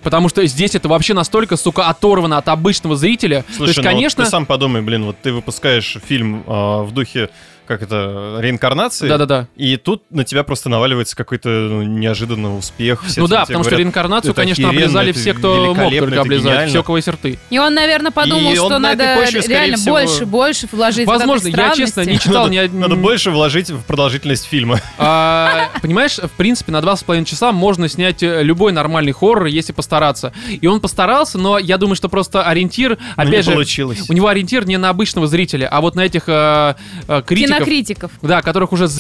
Потому что здесь это вообще настолько, сука, оторвано от обычного зрителя. Слушай, То есть, ну вот конечно, ты сам подумай, блин, вот ты выпускаешь фильм а, в духе как это, реинкарнации. Да-да-да. И тут на тебя просто наваливается какой-то ну, неожиданный успех. Все ну тебе- да, тебе потому что говорят, реинкарнацию, «Это конечно, охеренно, облизали это все, кто мог великолепно, только это облизать. гениально». Все, кого рты. И он, наверное, подумал, И он что на этой надо почве, скорее реально всего, больше, больше вложить. вот Возможно, этой я, честно, не странности. читал надо, ни од- надо больше вложить в продолжительность фильма. А, Понимаешь, в принципе, на два с половиной часа можно снять э, любой нормальный хоррор, если постараться. И он постарался, но я думаю, что просто ориентир, Но Ну, не опять же, получилось. у него ориентир не на обычного зрителя, а вот на этих э, э, критиков, Кинокритиков. да, которых уже за-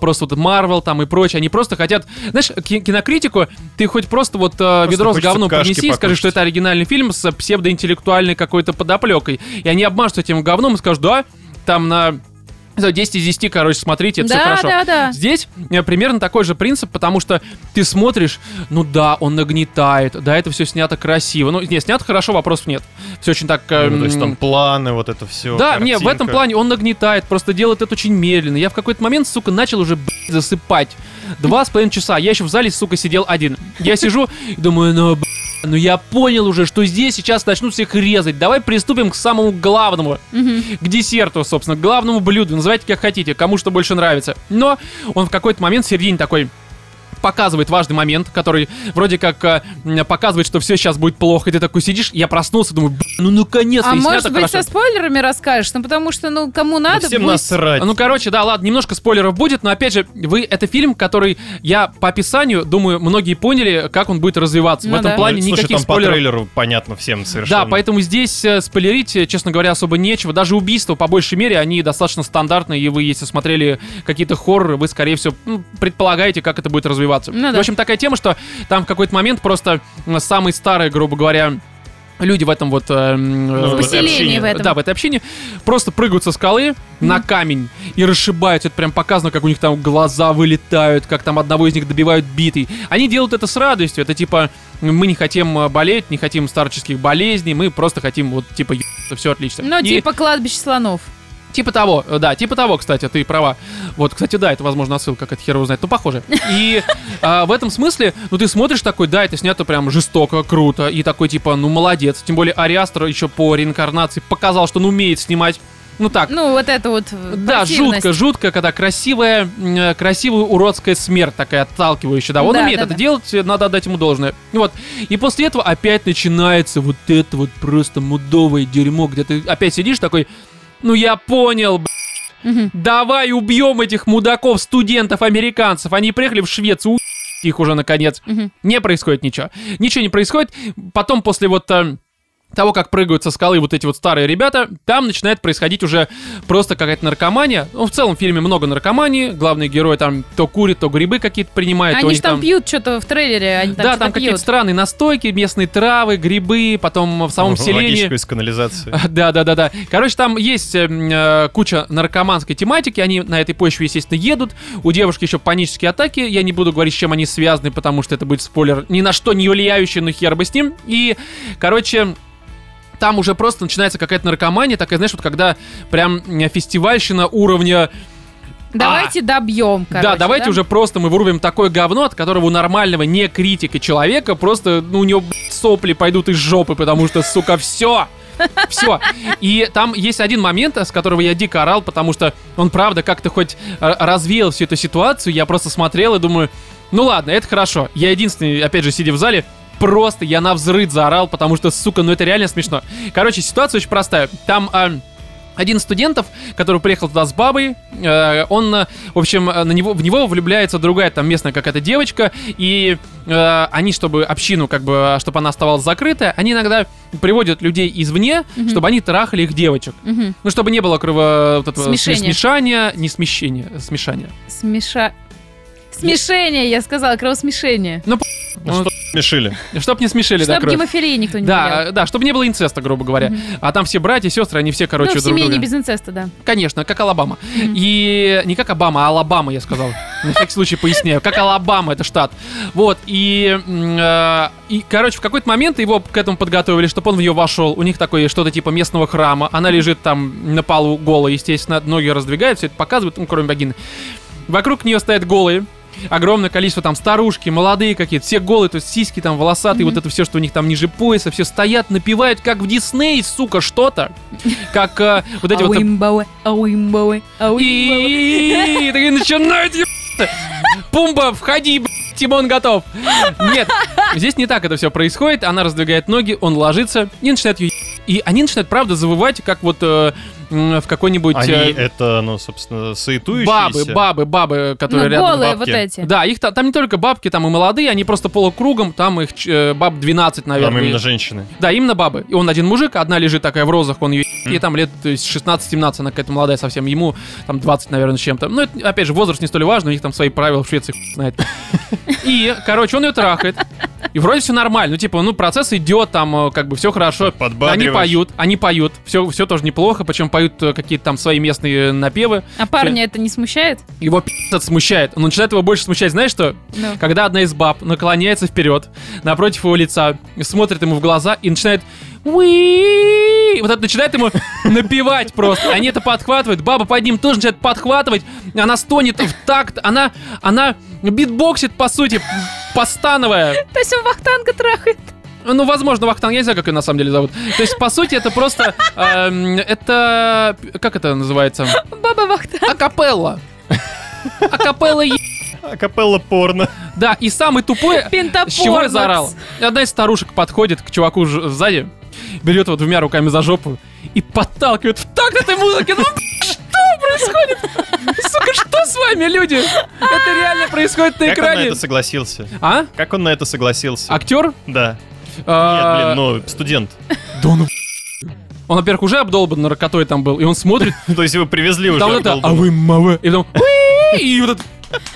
просто вот Марвел там и прочее, они просто хотят, знаешь, ки- кинокритику, ты хоть просто вот э, ведро с хочется говном кашки принеси и скажи, покушать. что это оригинальный фильм с псевдоинтеллектуальной какой-то подоплекой, и они обмажут этим говном и скажут, да, там на не знаю, 10 из 10, короче, смотрите, это все Да, хорошо. да, да. Здесь э, примерно такой же принцип, потому что ты смотришь, ну да, он нагнетает, да, это все снято красиво. Ну, не, снято хорошо, вопросов нет. Все очень так... э, Ну, то есть там м, планы, вот это все. да, не, в этом плане он нагнетает, просто делает это очень медленно. Я в какой-то момент, сука, начал уже блядь, засыпать. Два с половиной часа. Я еще в зале, сука, сидел один. Я сижу и думаю, ну, блядь, ну я понял уже, что здесь сейчас начнут всех резать. Давай приступим к самому главному, Мгм. к десерту, собственно, к главному блюду. Называйте как хотите, кому что больше нравится. Но он в какой-то момент в середине такой показывает важный момент, который вроде как э, м, показывает, что все сейчас будет плохо, и ты такой сидишь, я проснулся, думаю, «Блин, ну наконец-то, А и снято может быть, хорошо». со спойлерами расскажешь? Ну, потому что, ну, кому Ну, надо, Всем пусть- насрать. Ну, короче, да, ладно, немножко спойлеров будет, но опять же, вы это фильм, который я по описанию, думаю, многие поняли, как он будет развиваться. Ну в этом да. плане Э, Слушай, никаких там по спойлеров. трейлеру понятно всем совершенно. Да, поэтому здесь э, спойлерить, э, честно говоря, особо нечего. Даже убийства, по большей мере, они достаточно стандартные, и вы, если смотрели какие-то хорроры, вы, скорее всего, ну, предполагаете, как это будет развиваться. Ну да. В общем, такая тема, что там в какой-то момент просто м, самые старые, грубо говоря, люди в этом вот... э, м, Ну, э, В в этой поселении общине. в этом. да, в этой общине просто прыгают со скалы на камень и расшибаются. Это прям показано, как у них там глаза вылетают, как там одного из них добивают битой. Они делают это с радостью. Это типа мы не хотим э, болеть, не хотим старческих болезней, мы просто хотим вот типа все отлично. Ну, И типа кладбище слонов. типа того, э, да, типа того, кстати, ты права. Вот, кстати, да, это, возможно, отсылка, как это хер его знает, но похоже. И э, в этом смысле, ну, ты смотришь такой, да, это снято прям жестоко, круто, и такой, типа, ну, молодец. Тем более, Ариастер еще по реинкарнации показал, что он умеет снимать, ну, так, Ну, вот это вот э, да, противность. жутко, жутко, когда красивая, м, э, красивая уродская смерть такая отталкивающая. Да, он Да, умеет да, это да. делать, э, надо отдать ему должное. Вот. И после этого опять начинается вот это вот просто мудовое дерьмо, где ты опять сидишь такой, ну я понял, б***ь, Мгм. давай убьем этих мудаков, студентов, американцев. Они приехали в Швецию, у***ть их уже наконец. Мгм. Не происходит ничего. Ничего не происходит. Потом после вот э, того, как прыгают со скалы вот эти вот старые ребята, там начинает происходить уже просто какая-то наркомания. Ну, в целом в фильме много наркомании. Главный герой там то курит, то грибы какие-то принимает. то Они они же там пьют что-то в трейлере, они там да, что-то там какие-то пьют. странные настойки, местные травы, грибы, потом в самом Ну, селении. Водичку из канализации. Да, да, да, да. Короче, там есть э, м, э, куча наркоманской тематики. Они на этой почве, естественно, едут. У девушки еще панические атаки. Я не буду говорить, с чем они связаны, потому что это будет спойлер. Ни на что не влияющий, но хер бы с ним. И, короче, там уже просто начинается какая-то наркомания, такая, знаешь, вот когда прям э, фестивальщина уровня Давайте добьем, короче, да, давайте уже просто мы вырубим такое говно, от которого у нормального не критика человека просто, ну, у него блядь, сопли пойдут из жопы, потому что, сука, все. Все. И там есть один момент, с которого я дико орал, потому что он, правда, как-то хоть э, развеял всю эту ситуацию. Я просто смотрел и думаю, ну ладно, это хорошо. Я единственный, опять же, сидя в зале, просто я на взрыв заорал, потому что, сука, ну это реально смешно. Короче, ситуация очень простая. Там... э, один из студентов, который приехал туда с бабой, э, он, э, в общем, э, на него, в него влюбляется другая там местная какая-то девочка, и э, они, чтобы общину, как бы, чтобы она оставалась закрытая, они иногда приводят людей извне, Мгм. чтобы они трахали их девочек. Мгм. Ну, чтобы не было крово... Вот этого Смешения. смешания, не смещения, а смешания. Смеша... Смешение, я сказала, кровосмешение. Ну, что мешили? Чтоб не смешили, да, Чтобы кровь. гемофилии никто не болел. Да, да, чтобы не было инцеста, грубо говоря. Мгм. А там все братья, сестры, они все, короче, Ну, в друг семье не друга. без инцеста, да. Конечно, как Алабама. Мгм. И не как Обама, а Алабама, я сказал. На всякий случай поясняю. Как Алабама, это штат. Вот, и, м, э, и, короче, в какой-то момент его к этому подготовили, чтобы он в нее вошел. У них такое что-то типа местного храма. Она лежит там на полу голая, естественно, ноги раздвигает, все это показывают, ну, кроме богины. Вокруг нее стоят голые. огромное количество там старушки, молодые какие-то, все голые, то есть сиськи там волосатые, вот это все, что у них там ниже пояса, все стоят, напивают, как в Дисней, сука, что-то. Как э, вот А эти вот... э, Ауимбауэ, ауимбауэ, ауимбауэ. и такие начинают ебаться. Пумба, входи, б***ь, Тимон готов. Нет, здесь не так это все происходит. Она раздвигает ноги, он ложится и начинает ее И они начинают, правда, завывать, как вот э, м, в какой-нибудь... Они э, это, ну, собственно, суетующиеся. бабы, бабы, бабы, которые Ну, рядом. голые бабки. вот эти. Да, их та- там не только бабки, там и молодые, они просто полукругом, там их ч- э, баб 12, наверное. Там именно женщины. Да, именно бабы. И он один мужик, одна лежит такая в розах, он ее ебет, ей там лет то есть, 16-17, она какая-то молодая совсем, ему там 20, наверное, с чем-то. Ну, это, опять же, возраст не столь важен, у них там свои правила в Швеции хуй знает. И, короче, он ее трахает. И вроде все нормально, ну, типа, ну, процесс идет, там, э, как бы, все хорошо. Они Подбадриваешь. поют, они поют, все, все тоже неплохо, причем поют э, какие-то там свои местные э, напевы. А парня это не смущает? Его пи***ц смущает, но начинает его больше смущать, знаешь что? Ну. Когда одна из баб наклоняется вперед, напротив его лица, смотрит ему в глаза и начинает «Уи!» вот это начинает ему напевать просто. Они это подхватывают. Баба под ним тоже начинает подхватывать. Она стонет в такт. Она, она битбоксит, по сути, постановая. То есть он вахтанга трахает. Ну, возможно, Вахтанг, я не знаю, как ее на самом деле зовут. То есть, по сути, это просто... эм, это... Как это называется? Баба вахтанга. Акапелла. Акапелла е- А капелла порно. Да, и самый тупой... Пентапорнокс. С чего я заорал? И Одна из старушек подходит к чуваку ж- сзади, берет его двумя руками за жопу и подталкивает в такт этой музыки. Ну, блин, что происходит? Сука, что с вами, люди? Это реально происходит на Как он на экране. это согласился? А? Как он на это согласился? Актер? Да. Нет, А, блин, ну, студент. Да он, он, во-первых, уже обдолбан наркотой там был, и он смотрит, То есть его привезли уже. там вот это, а долбаного. вы, мавы, и потом, «Уи!» и вот это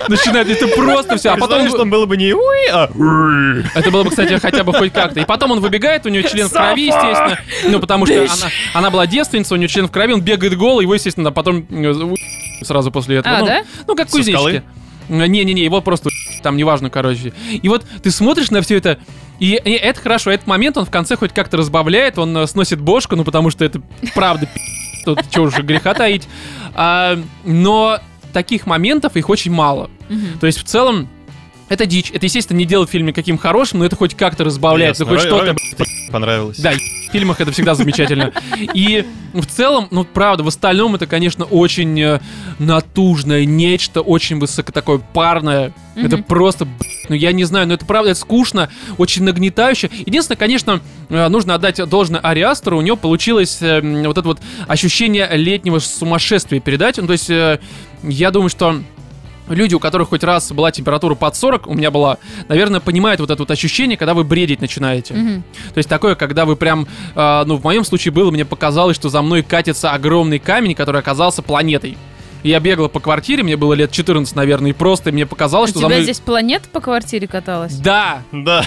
начинает, это просто все, а потом... Представляешь, там было бы не уи, а «Уи». Это было бы, кстати, хотя бы хоть как-то. И потом он выбегает, у нее член в крови, естественно. Ну, потому что она, она была девственница, у нее член в крови, он бегает голый, его, естественно, потом э, у- сразу после этого. А, ну, да? ну, как Со скалы? кузнечики. Э, Не-не-не, его просто там неважно, короче. И вот ты смотришь на все это, и, и это хорошо, этот момент он в конце хоть как-то разбавляет, он э, сносит бошку, ну потому что это правда пи***, тут чего уже греха таить. А, но таких моментов их очень мало. Мгм. То есть в целом это дичь. Это, естественно, не делает фильм никаким хорошим, но это хоть как-то разбавляет, Ясно. ну хоть Ра- что-то. Ра- Понравилось. Да, в фильмах это всегда замечательно. И в целом, ну правда, в остальном это, конечно, очень э, натужное нечто, очень высоко такое парное. Мгм. Это просто, б***ь, ну я не знаю, но это правда, это скучно, очень нагнетающе. Единственное, конечно, э, нужно отдать должное Ариастеру, у него получилось э, м, вот это вот ощущение летнего сумасшествия передать. Ну то есть, э, я думаю, что люди, у которых хоть раз была температура под 40, у меня была, наверное, понимают вот это вот ощущение, когда вы бредить начинаете. Мгм. То есть такое, когда вы прям, э, ну, в моем случае было, мне показалось, что за мной катится огромный камень, который оказался планетой. Я бегала по квартире, мне было лет 14, наверное, и просто мне показалось, У что за тебя мной... здесь планета по квартире каталась? Да, Да.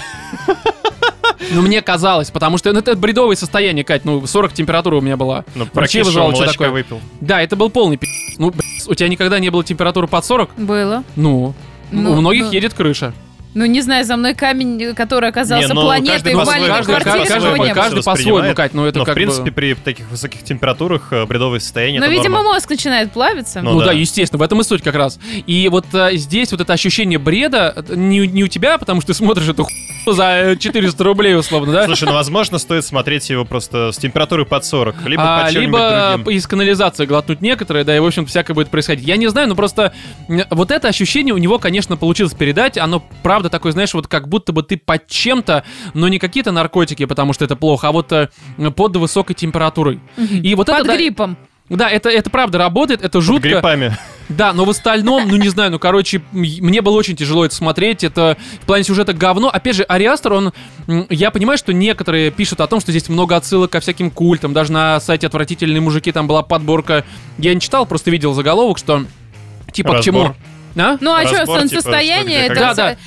ну мне казалось, потому что ну, это бредовое состояние, Кать, ну 40 температура у меня была. Ну, Врачи прокисшего вызывало, что молочка такое. выпил. Да, это был полный пи***. Ну, блин, у тебя никогда не было температуры под 40? Было. Ну, Ну, у многих ну. едет крыша. Ну, не знаю, за мной камень, который оказался Не, ну, каждый планетой в по-своему, маленькой каждый- квартире, каждый- его не каждый- было. каждый все по-своему, воспринимает. Кать, ну это Но, как в принципе, бы- при таких высоких температурах э, бредовое состояние Но, это видимо, норма. мозг начинает плавиться. Ну Ну, да. да. естественно, в этом и суть как раз. И вот а, здесь вот это ощущение бреда э, не, у- не у тебя, потому что ты смотришь эту хуйню за э, 400 рублей условно, да? Слушай, ну, возможно, стоит смотреть его просто с температуры под 40, либо А, под чем-нибудь либо другим. из канализации глотнуть некоторые, да, и, в общем, всякое будет происходить. Я не знаю, но просто м, вот это ощущение у него, конечно, получилось передать. Оно, правда, такое, знаешь, вот как будто бы ты под чем-то, но не какие-то наркотики, потому что это плохо, а вот э, под высокой температурой. И вот Под это, да, гриппом. да, это, это правда работает, это Под жутко. грибами. Да, но в остальном, ну не знаю, ну короче, м- мне было очень тяжело это смотреть. Это в плане сюжета говно. Опять же, Ариастер, он. м, Я понимаю, что некоторые пишут о том, что здесь много отсылок ко всяким культам. Даже на сайте отвратительные мужики там была подборка. Я не читал, просто видел заголовок, что типа Разбор. к чему. А? Ну, а Разбор, что, типа, солнцестояние, что, где, это, да, как. да. это,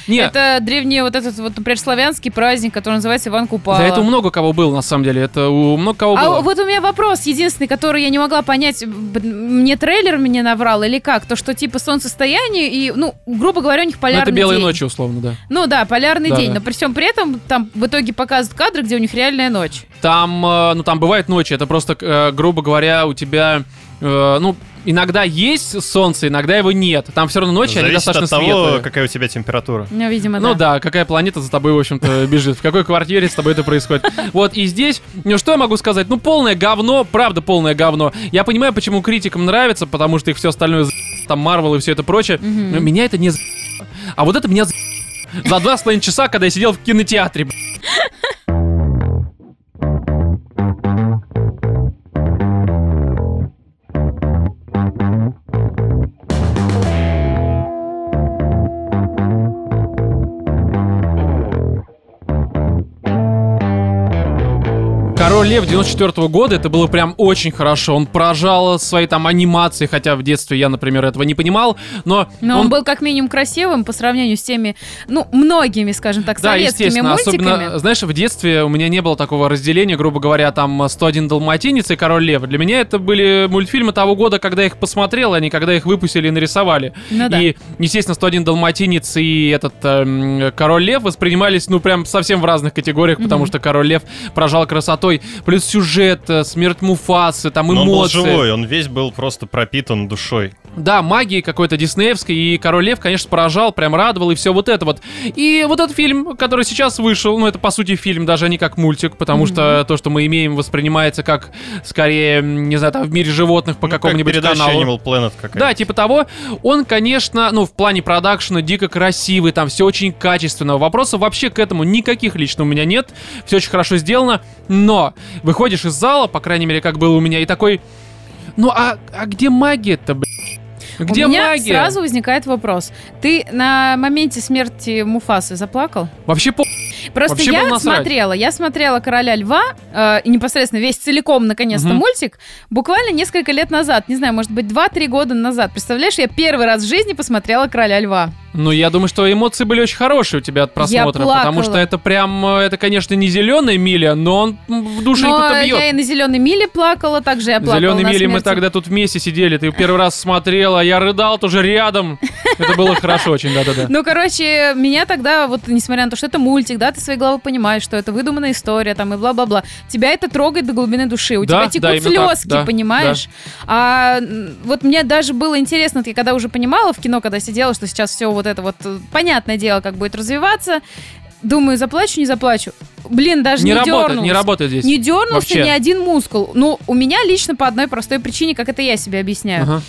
Нет, древний вот этот вот, например, славянский праздник, который называется Иван Купала. за это у много кого было, на самом деле. Это у много кого было. А вот у меня вопрос единственный, который я не могла понять, б- мне трейлер мне наврал или как? То, что типа солнцестояние и, ну, грубо говоря, у них Ну, полярный это белые день. ночи, условно, да. Ну да, полярный Да, день. да. Но при всем при этом там в итоге показывают кадры, где у них реальная ночь. Там, э, ну там бывает ночи, это просто, э, грубо говоря, у тебя э, ну, иногда есть солнце, иногда его нет. Там все равно ночи, они Зависит достаточно от того, светлые. какая у тебя температура. Ну, видимо, Ну да, какая планета за тобой, в общем-то, бежит, в какой квартире с тобой это происходит. Вот, и здесь, ну что я могу сказать? Ну, полное говно, правда полное говно. Я понимаю, почему критикам нравится, потому что их все остальное за... там Марвел и все это прочее. Мгм. Но меня это не за... А вот это меня за... За два с половиной часа, когда я сидел в кинотеатре, б***ь. Король Лев 94 года, это было прям очень хорошо. Он поражал своей там анимации, хотя в детстве я, например, этого не понимал, но, Но он, был как минимум красивым по сравнению с теми, ну, многими, скажем так, Да, советскими естественно. мультиками. Особенно, знаешь, в детстве у меня не было такого разделения, грубо говоря, там 101 Далматинец и Король Лев. Для меня это были мультфильмы того года, когда я их посмотрел, а не когда их выпустили и нарисовали. Ну да. И, естественно, 101 Далматинец и этот эм, Король Лев воспринимались, ну, прям совсем в разных категориях, потому что Король Лев поражал красотой. Плюс сюжет, э, смерть Муфасы, там Но он был эмоции. живой, он весь был просто пропитан душой. Да, магии какой-то диснеевской, и Король Лев, конечно, поражал, прям радовал, и все вот это вот. И вот этот фильм, который сейчас вышел, ну, это, по сути, фильм, даже а не как мультик, потому что то, что мы имеем, воспринимается как, скорее, м, не знаю, там, в мире животных по Ну, как какому-нибудь передача каналу. Animal Planet какая-то. Да, типа того, он, конечно, ну, в плане продакшена дико красивый, там все очень качественно. Вопросов вообще к этому никаких лично у меня нет. Все очень хорошо сделано. Но выходишь из зала, по крайней мере, как было у меня, и такой. Ну а, а где магия-то, блядь? Где У меня магия? сразу возникает вопрос. Ты на моменте смерти Муфасы заплакал? Вообще по... Просто Вообще было я насрать. смотрела, я смотрела «Короля льва» э, и непосредственно весь целиком, наконец-то, Мгм. мультик, буквально несколько лет назад, не знаю, может быть, 2-3 года назад. Представляешь, я первый раз в жизни посмотрела «Короля льва». Ну, я думаю, что эмоции были очень хорошие у тебя от просмотра. потому плакала. что это прям... э, Это, конечно, не зеленая миля, но он м, в Но душеньку-то бьет. я и на «Зеленой миле» плакала, также я плакала Зеленый на мили мы смерти. тогда тут вместе сидели. Ты первый раз смотрела, я рыдал тоже рядом. Это было хорошо очень, да-да-да. Ну, короче, меня тогда, вот несмотря на то, что это мультик, да, ты своей головой понимаешь, что это выдуманная история, там, и бла-бла-бла, тебя это трогает до глубины души, у Да, тебя текут да, именно так, слезки, да, понимаешь? А м, вот мне даже было интересно, я когда уже понимала в кино, когда сидела, что сейчас все вот это вот, э, понятное дело, как будет развиваться, думаю, заплачу, не заплачу. Блин, даже не, Не работает, дернулась. не работает здесь. Не дернулся Вообще. ни один мускул. Ну, у меня лично по одной простой причине, как это я себе объясняю. Ага.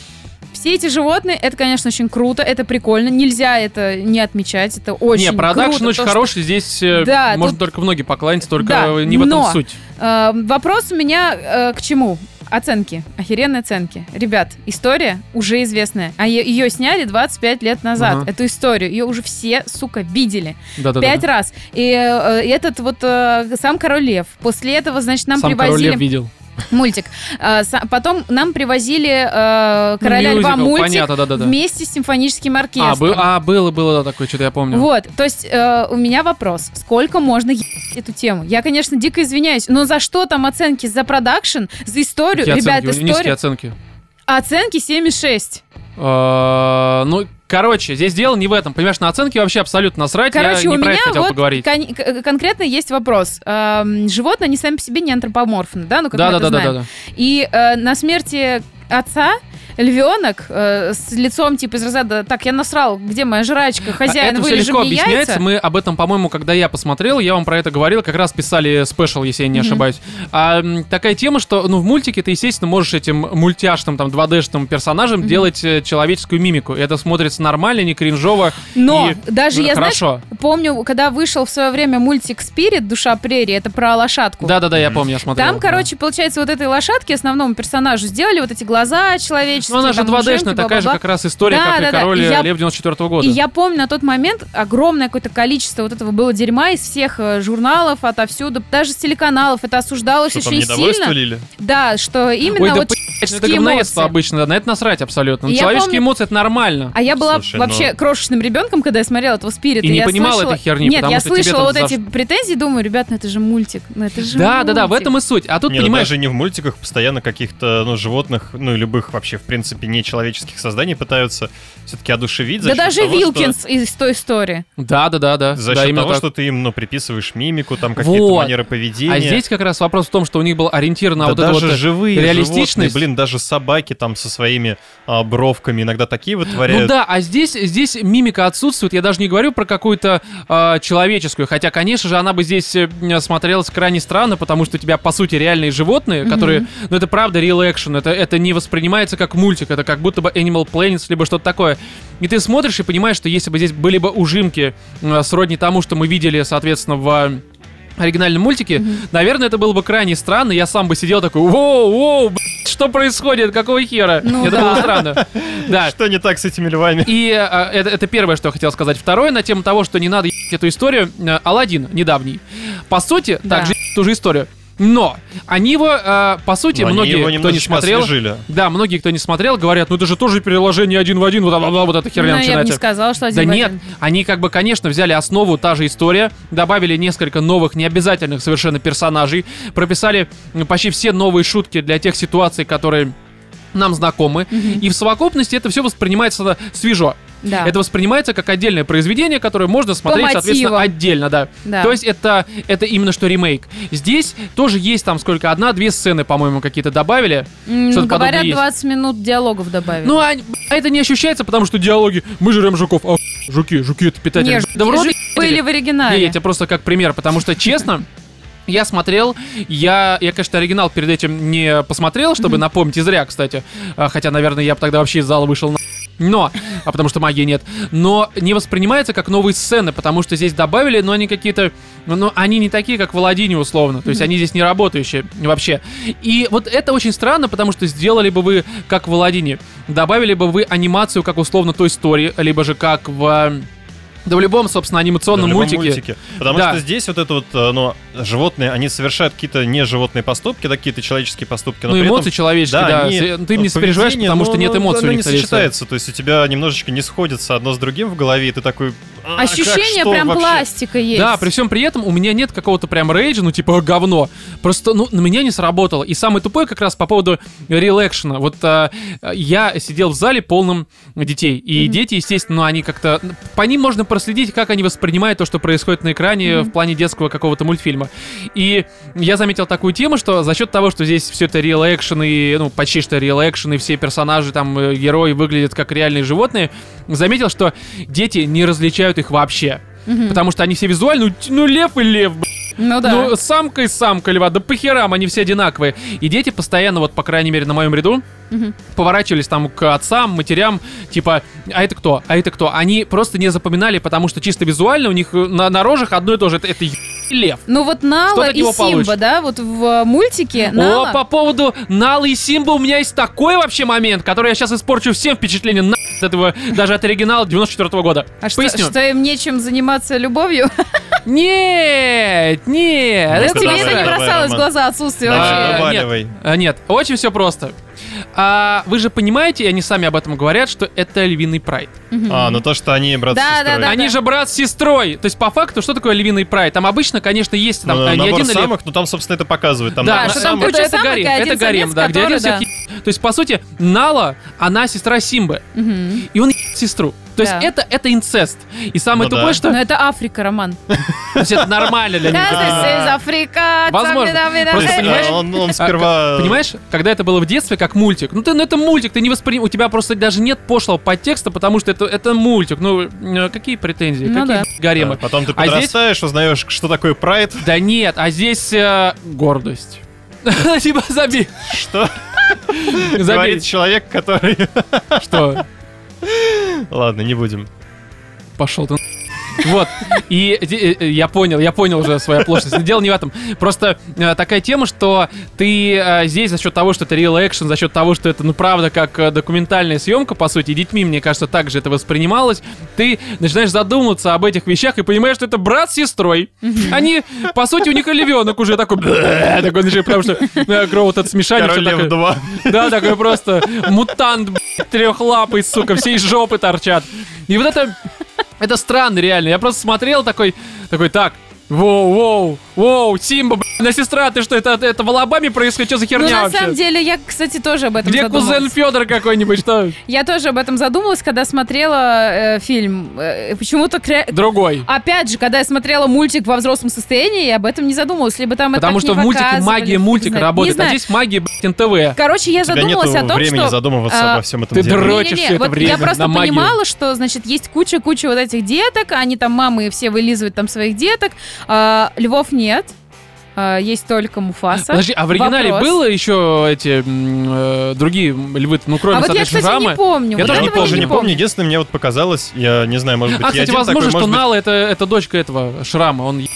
Все эти животные, это, конечно, очень круто, это прикольно, нельзя это не отмечать, это очень не, продакшн круто, очень то, что- хороший, здесь э, Да, можно тут- только в ноги поклониться, только Да, э, не в этом но- суть. Э, вопрос у меня э, к чему? Оценки, охеренные оценки. Ребят, история уже известная, а е- ее сняли 25 лет назад, Ага. эту историю, ее уже все, сука, видели. Да-да-да. Пять раз. И э, этот вот э, сам король лев, после этого, значит, нам Сам король привозили... Лев видел. Мультик. А, са- Потом нам привозили э, Короля Ну, Льва мюзикл, мультик понятно, да-да-да. вместе с симфоническим оркестром. А, бы- а, было, было да, такое, что-то я помню. Вот, то есть э, у меня вопрос, сколько можно е***ть эту тему? Я, конечно, дико извиняюсь, но за что там оценки? За продакшн? За историю? Какие Ребят, оценки? У- Низкие история... оценки. Оценки 7,6. Э, Ну, короче, здесь дело не в этом. Понимаешь, на оценки вообще абсолютно насрать. Короче, я у не про меня это хотел вот поговорить. кон- к- конкретно есть вопрос. Эм, животные, они сами по себе не антропоморфны, да? Ну, как мы это знаем. Да-да-да-да-да. И э, на смерти отца львенок э, с лицом типа из разряда «Так, я насрал, где моя жрачка? Хозяин, А это все вылежи легко мне объясняется. яйца». Мы об этом, по-моему, когда я посмотрел, я вам про это говорил, как раз писали спешл, если я не Мгм. ошибаюсь. А, м, такая тема, что ну в мультике ты, естественно, можешь этим мультяшным, там, 2D-шным персонажем делать э, человеческую мимику. И это смотрится нормально, не кринжово. Но и даже я, знаешь, Хорошо. помню, когда вышел в свое время мультик «Спирит. Душа прерии», это про лошадку. Да-да-да, я помню, я смотрел. Там, да. короче, получается, вот этой лошадке, основному персонажу, сделали вот эти глаза человеческие. Ну, она же там 2D-шная, ушенки, такая же бла-бла-бла. как раз история, Да, как да, и да. король И я- э, Лев 94 года. И я помню на тот момент огромное какое-то количество вот этого было дерьма из всех э, журналов, отовсюду, даже с телеканалов. Это осуждалось Что там, очень недовольство сильно. лили? Да, что именно Ой, да вот блядь, ну это человеческие говноедство эмоции. А обычно, да, на это насрать абсолютно. Ну, Я человеческие помню- эмоции это нормально. А я была Слушай, вообще ну- крошечным ребенком, когда я смотрела этого спирита. И не я понимала слышала- этой херни, Нет, потому я что тебе слышала вот там эти претензии, думаю, ребят, ну это же мультик. Ну это же Да, да, да, в мультик. этом и суть. А тут, Не, ну понимаешь, даже не в мультиках, постоянно каких-то ну, животных, ну и любых вообще, в принципе, нечеловеческих созданий пытаются все-таки одушевить. за Да счет даже того, что- Вилкинс из той истории. Да, да, да, да. За да, счет именно того, так. что ты им ну, приписываешь мимику, там какие-то Вот. манеры поведения. А здесь как раз вопрос в том, что у них был ориентир на Да вот даже это вот живые реалистичность. животные, блин, уверен, даже собаки там со своими а, бровками иногда такие Ну вытворяют. да, а здесь, здесь мимика отсутствует. Я даже не говорю про какую-то э, человеческую. Хотя, конечно же, она бы здесь э, смотрелась крайне странно, потому что у тебя, по сути, реальные животные, которые... Ну это правда real action. Это, это не воспринимается как мультик. Это как будто бы Animal Planet, либо что-то такое. И ты смотришь и понимаешь, что если бы здесь были бы ужимки э, сродни тому, что мы видели, соответственно, в а, оригинальном мультике, наверное, это было бы крайне странно. Я сам бы сидел такой, воу, воу, блядь, что происходит, какого хера? Ну это да. было странно. Да. Что не так с этими львами? И э, это, это первое, что я хотел сказать. Второе, на тему того, что не надо ебать эту историю, э, Аладдин недавний, по сути, Да. также ебет ту же историю. Но они его, э, по сути, Но они многие, его кто не немножечко смотрел... освежили. Да, многие, кто не смотрел, говорят, ну это же тоже переложение один в один, вот, вот, вот эта херня Ну, я бы не начинается. сказала, что Да один в нет, один. они как бы, конечно, взяли основу, та же история, добавили несколько новых, необязательных совершенно персонажей, прописали м, почти все новые шутки для тех ситуаций, которые нам знакомы, и в совокупности это все воспринимается свежо. Да. Это воспринимается как отдельное произведение, которое можно смотреть, мотивам. соответственно, отдельно, да. Да. То есть это, это именно что ремейк. Здесь тоже есть там сколько, одна-две сцены, по-моему, какие-то добавили. М, что-то подобное Говорят, есть. 20 минут диалогов добавили. Ну, а а это не ощущается, потому что диалоги «Мы жрем жуков, а жуки, жуки это питатели». не, Да вроде жуки были в оригинале. Не, я тебе просто как пример, потому что, честно, я смотрел, я, я, конечно, оригинал перед этим не посмотрел, чтобы напомнить, и зря, кстати. А, Хотя, наверное, я бы тогда вообще из зала вышел на... Но, а потому что магии нет. Но не воспринимается как новые сцены, потому что здесь добавили, но они какие-то... Но они не такие, как в Аладдине, условно. То есть они здесь не работающие вообще. И вот это очень странно, потому что сделали бы вы, как в Аладдине, добавили бы вы анимацию, как условно той истории, либо же как в... э, Да в любом, собственно, анимационном Да, в любом мультике. Потому Да. что здесь вот это вот, э, ну, животные, они совершают какие-то неживотные поступки, да, какие-то человеческие поступки. но Ну, при этом- эмоции человеческие, да. они- С- Ты им не поведение, сопереживаешь, потому ну, что нет ну, эмоций у Оно них. не скорее всего. сочетается, то есть у тебя немножечко не сходится одно с другим в голове, и ты такой... «А, как, Ощущение что прям вообще?» пластика есть. Да, при всем при этом у меня нет какого-то прям рейджа, ну типа «О, говно. Просто, ну, на меня не сработало. И самый тупой как раз по поводу релекшена. Вот а, а, я сидел в зале полным детей. И дети, естественно, ну, они как-то... По ним можно проследить, как они воспринимают то, что происходит на экране в плане детского какого-то мультфильма. И я заметил такую тему, что за счет того, что здесь все это реал экшен и, ну, почти что реал экшен, и все персонажи, там, э, герои выглядят как реальные животные, заметил, что дети не различают их вообще. Потому что они все визуально, ну, т- ну лев и лев, б***ь. Ну да. ну самка и самка льва, да по херам, они все одинаковые. И дети постоянно, вот по крайней мере на моем ряду, Мгм. поворачивались там к отцам, матерям, типа, а это кто, а это кто. Они просто не запоминали, потому что чисто визуально у них э, на, на рожах одно и то же, это, это е- лев. Ну вот Нала Что-то от и него Симба, получится. да, вот в э, мультике О, Нала. по поводу Налы и Симба у меня есть такой вообще момент, который я сейчас испорчу всем впечатление на от этого, даже от оригинала 94 года. А что, Поясню. что им нечем заниматься любовью? Нет, нет. Ну, Да это тебе давай, это не давай, бросалось в Роман. глаза отсутствие Давай, вообще. А, вываливай. нет, А, нет, очень все просто. А, вы же понимаете, и они сами об этом говорят, что это львиный прайд. А, ну то, что они брат Да, с да, сестрой. да. Они же брат с сестрой. То есть, по факту, что такое львиный прайд? Там обычно, конечно, есть там Ну, а, не набор один лев. самых, ну там, собственно, это показывает. Там Да, набор что там самок. куча это, самок и гарем, один это гарем, самец, да, где один который, всех е- То есть, по сути, Нала, она сестра Симбы, Мгм. и он е- сестру. То есть Да. это, это инцест. И самое Ну да. тупое, что Но это Африка, Роман. то есть это нормально для них. This is Africa. Возможно. Там-да-да-да-да. То есть, Просто, понимаешь? а, Ну, Он он А, сперва... к- понимаешь, когда это было в детстве, как мультик. Ну ты, ну это мультик, ты не воспринимаешь, у тебя просто даже нет пошлого подтекста, потому что это это мультик. Ну э, какие претензии, Ну какие да. гаремы. Да, Потом ты А здесь- подрастаешь, узнаешь, что такое прайд. Да нет, а здесь э, гордость. Типа забей, Что забей, говорит человек, который... что Ладно, не будем. пошел ты. на- Вот, и э, э, я понял, я понял уже свою оплошность. Дело не в этом. Просто э, такая тема, что ты э, здесь за счет того, что это real action, за счет того, что это, ну, правда, как э, документальная съемка, по сути, и детьми, мне кажется, так же это воспринималось, ты начинаешь задумываться об этих вещах и понимаешь, что это брат с сестрой. Они, по сути, у них и львенок уже такой, «Бэ», такой, начинает, потому что э, кровь вот от смешания. Король всё э, такое. Лев 2. Да, такой просто мутант, блядь, трехлапый, сука, все из жопы торчат. И вот это, это странно реально. Я просто смотрел такой, такой, так, Воу, воу, воу, Симба, блядь, сестра, ты что, это, это в Алабаме происходит? Что за Ну, херня на вообще? самом деле, я, кстати, тоже об этом Где задумалась. кузен Федор какой-нибудь, что? Я тоже об этом задумалась, когда смотрела э, фильм. Э, почему-то кре- А Другой. Опять же, когда я смотрела мультик во взрослом состоянии, я об этом не задумывалась, либо там это Потому так что не в мультике показывали, магия фиг мультика знает. Не работает, а знаю. здесь магия, блядь, НТВ. Короче, я У тебя задумалась о нету том, времени что... а, задумываться обо всем этом ты деле. дрочишь. дрочишь Не-не-не, всё это вот время Я просто на магию. понимала, что, значит, есть куча-куча вот этих деток, они там, мамы все вылизывают там своих деток. А, львов нет, а, есть только Муфаса. Подожди, а в оригинале Вопрос. было еще эти м, э, другие львы, ну кроме, А вот я, соответственно, кстати, не Рамы? помню. Я вот тоже не Я этого помню. тоже не помню. Единственное, мне вот показалось, я не знаю, может быть, А, я кстати, один возможно, такой, что может быть, Нала это, это дочка этого шрама. Он,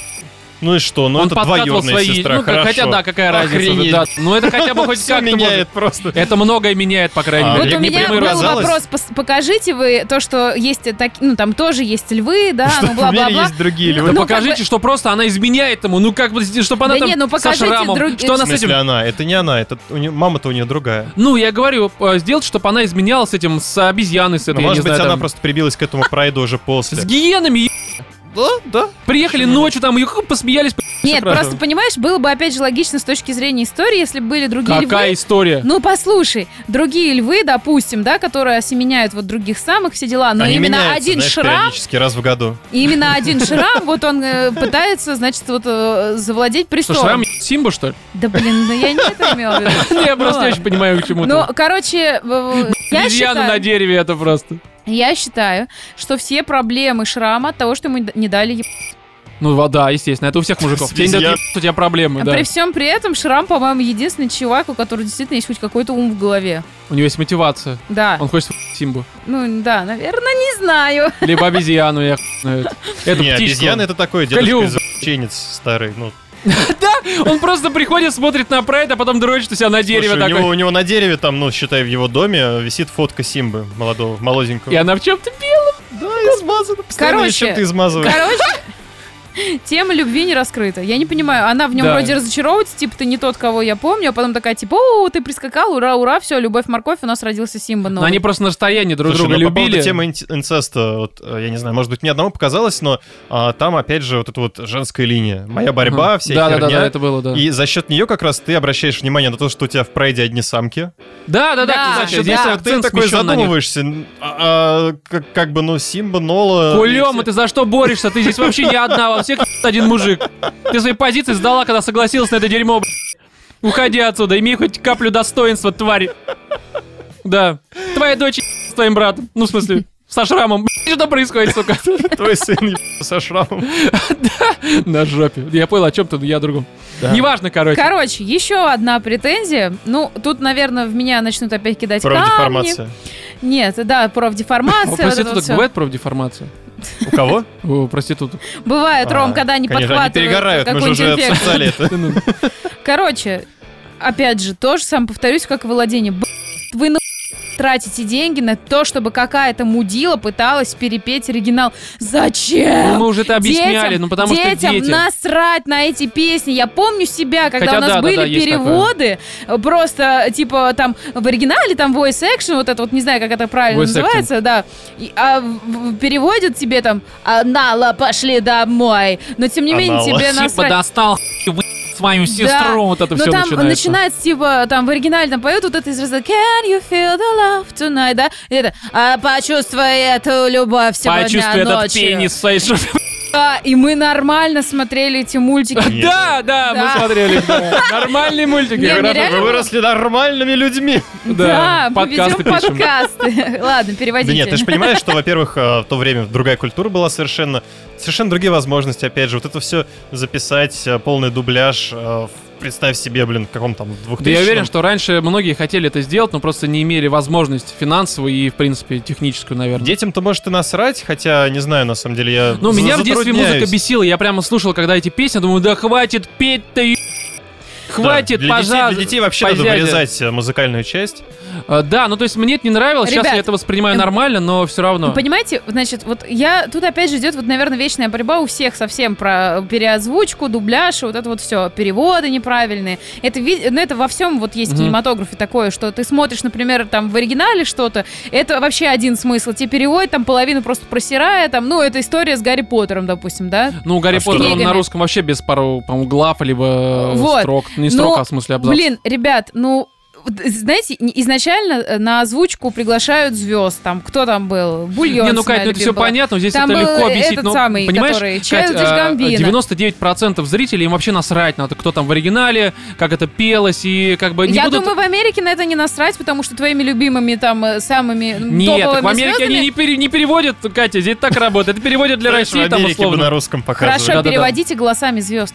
Ну и что? Ну он это подкатывал двоюродная свои. сестра, ну, как- хорошо. хотя да, какая разница. Охренеть. да. Ну это хотя бы хоть Всё как-то меняет может. просто. Это многое меняет, по крайней А, мере. Вот я- у мне меня был прямой казалось. вопрос, пос- покажите вы то, что есть такие, ну там тоже есть львы, да, Что ну в мире бла-бла-бла. есть другие Да люди. ну, как покажите, что просто она изменяет ему. Ну как бы, чтобы она Да там не, ну, со покажите шрамом. друг- Что она В с этим смысле она? Это не она, это у неё- мама-то у нее другая. Ну, я говорю, э, сделать, чтобы она изменяла с этим, с обезьяной, с Ну, этой, я не может быть, знаю, она там, просто прибилась к этому прайду уже после. С гиенами, е- Да, да. приехали ночью там, и хуп, посмеялись. п- Нет, всё хорошо. просто понимаешь, было бы опять же логично с точки зрения истории, если бы были другие Какая львы. история? Ну послушай, другие львы, допустим, да, которые осеменяют вот других самых, все дела, но Они именно меняются, один знаешь, шрам, периодически, раз в году. именно один шрам, вот он э, пытается, значит, вот э, завладеть Что, престолом. шрам е- Симба, что ли? Да блин, да я не это имела в виду. Ну, Я просто не ладно. очень понимаю, к чему Ну, то короче, э, я Обезьяна на считаю, дереве это просто. я считаю, что все проблемы шрама от того, что ему не дали еб- Ну, вода, естественно, это у всех мужиков. С Тебе не дают обезьян. ебать, у тебя проблемы, Ну да. А При всем при этом шрам, по-моему, единственный чувак, у которого действительно есть хоть какой-то ум в голове. У него есть мотивация. Да. Он хочет ебать Симбу. Ну да, наверное, не знаю. Либо обезьяну, я хуй знает. Это не, птичка. обезьяна это такой Клюв, дедушка извращенец старый. Ну, Он просто приходит, смотрит на прайд, а потом дрочит у себя на дереве слушай, у, него, такой. у него на дереве там, ну, считай, в его доме висит фотка Симбы молодого, молоденького. И она в чем-то белом. Да, измазана. Постоянно Короче, ее чем-то измазывает. Короче, тема любви не раскрыта. Я не понимаю, она в нем Да. вроде разочаровывается, типа ты не тот, кого я помню, а потом такая, типа, о, ты прискакал, ура, ура, все, любовь, морковь, у нас родился Симба Но новый». они просто на расстоянии друг Слушай, друга ну, по поводу любили. темы инц- инцеста, вот, э, я не знаю, может быть, мне одному показалось, но а, там, опять же, вот эта вот женская линия. Моя борьба, Ага. вся да, да, херня. да, да, это было, да. И за счет нее как раз ты обращаешь внимание на то, что у тебя в прайде одни самки. Ну, Да, да, да, Да, кстати, А, да. здесь Если ты акцент такой смещен на них. задумываешься, н- а, а, как, как бы, ну, Симба, Нола... Кулема, эти- ты за что борешься? Ты здесь вообще не одна, во всех один мужик. Ты свои позиции сдала, когда согласилась на это дерьмо. б***ь. Уходи отсюда, имей хоть каплю достоинства, тварь. Да. Твоя дочь с твоим братом. Ну, в смысле, со шрамом. Б***ь, Что там происходит, сука? Твой сын еб- со шрамом. На жопе. Я понял, о чем ты, но я о другом. Неважно, короче. Короче, еще одна претензия. Ну, тут, наверное, в меня начнут опять кидать камни. Правдеформация. Нет, да, профдеформация. У вот это вот проституток всё. Ну, бывает профдеформация? У кого? У проституток. Бывает, Ром, А, когда они Конечно, они подхватывают перегорают, мы же какую-нибудь уже инфекцию. обсуждали это. Ну, Короче, опять же, то же самое повторюсь, как и владение. Б***ь, Вы на тратите деньги на то, чтобы какая-то мудила пыталась перепеть оригинал. Зачем? Мы уже это объясняли, Детям- ну потому что детям дети. насрать на эти песни. Я помню себя, когда Хотя у нас да, да, были да, есть переводы, э, просто типа там в оригинале там voice action, вот это вот не знаю, как это правильно Voice acting. называется, да. И, а в- в- переводят тебе там «А, Нала, пошли домой. Но тем не менее Анала. тебе Типа насрать. достал хуй, вы- свою сестру, вот это Но все там начинается. начинается, типа, там в оригинале там поют вот это из разряда Can you feel the love tonight, да? И это «А, почувствуй эту любовь сегодня Почувствуй этот ночью». пенис в своей жопе. Да, и мы нормально смотрели эти мультики. Нет. Да, да, Да. мы смотрели. да. Нормальные мультики. Не, мне Хорошо. реально Вы выросли нормальными людьми. Да, мы подкасты ведем пишем. подкасты. Ладно, Да переводите. нет, ты же понимаешь, что, во-первых, э, в то время другая культура была совершенно, совершенно другие возможности, опять же, вот это все записать, э, полный дубляж, э, в- представь себе, блин, в каком там 2000 Да я уверен, что раньше многие хотели это сделать, но просто не имели возможности финансовую и, в принципе, техническую, наверное. Детям-то, может, и насрать, хотя, не знаю, на самом деле, я Ну, за- меня в детстве затрудняюсь. музыка бесила, я прямо слушал, когда эти песни, думаю, да хватит петь-то, ё- Хватит, для детей- пожалуйста, Для детей вообще надо пожалуйста. вырезать э, музыкальную часть. Э, Да, ну то есть мне это не нравилось, сейчас Ребят, я это воспринимаю э, нормально, но все Ну, равно. Понимаете, значит, вот я тут опять же идет вот, наверное, вечная борьба у всех совсем про переозвучку, дубляж, и вот это вот все, переводы неправильные. Это, ви- ну, это во всем вот есть в Мгм. кинематографе такое, что ты смотришь, например, там в оригинале что-то, это вообще один смысл. Тебе переводят там половину просто просирая, там, ну, это история с Гарри Поттером, допустим, да? Ну, Гарри А что Поттер, он там? на русском вообще без пару, по-моему, глав, либо э, Вот. строк. Не Но, строк, а в смысле абзац. Блин, ребят, ну вот, знаете, не- изначально э, на озвучку приглашают звезд. Там кто там был? Бульон. Не, ну, Кать, моя ну это все любимая была. понятно, здесь Там это был легко объяснить. этот но, самый, понимаешь, который Кать, Childish а, Gambino. 99% зрителей им вообще насрать на то, кто там в оригинале, как это пелось, и как бы не Я будут... думаю, в Америке на это не насрать, потому что твоими любимыми там э, самыми м, Нет, так топовыми в Америке звездами- они не, пере- не переводят, Катя, здесь так работает. Это переводят для Знаешь, России в там Америке бы на условно. русском показывали. Хорошо, Да-да-да. переводите голосами звезд.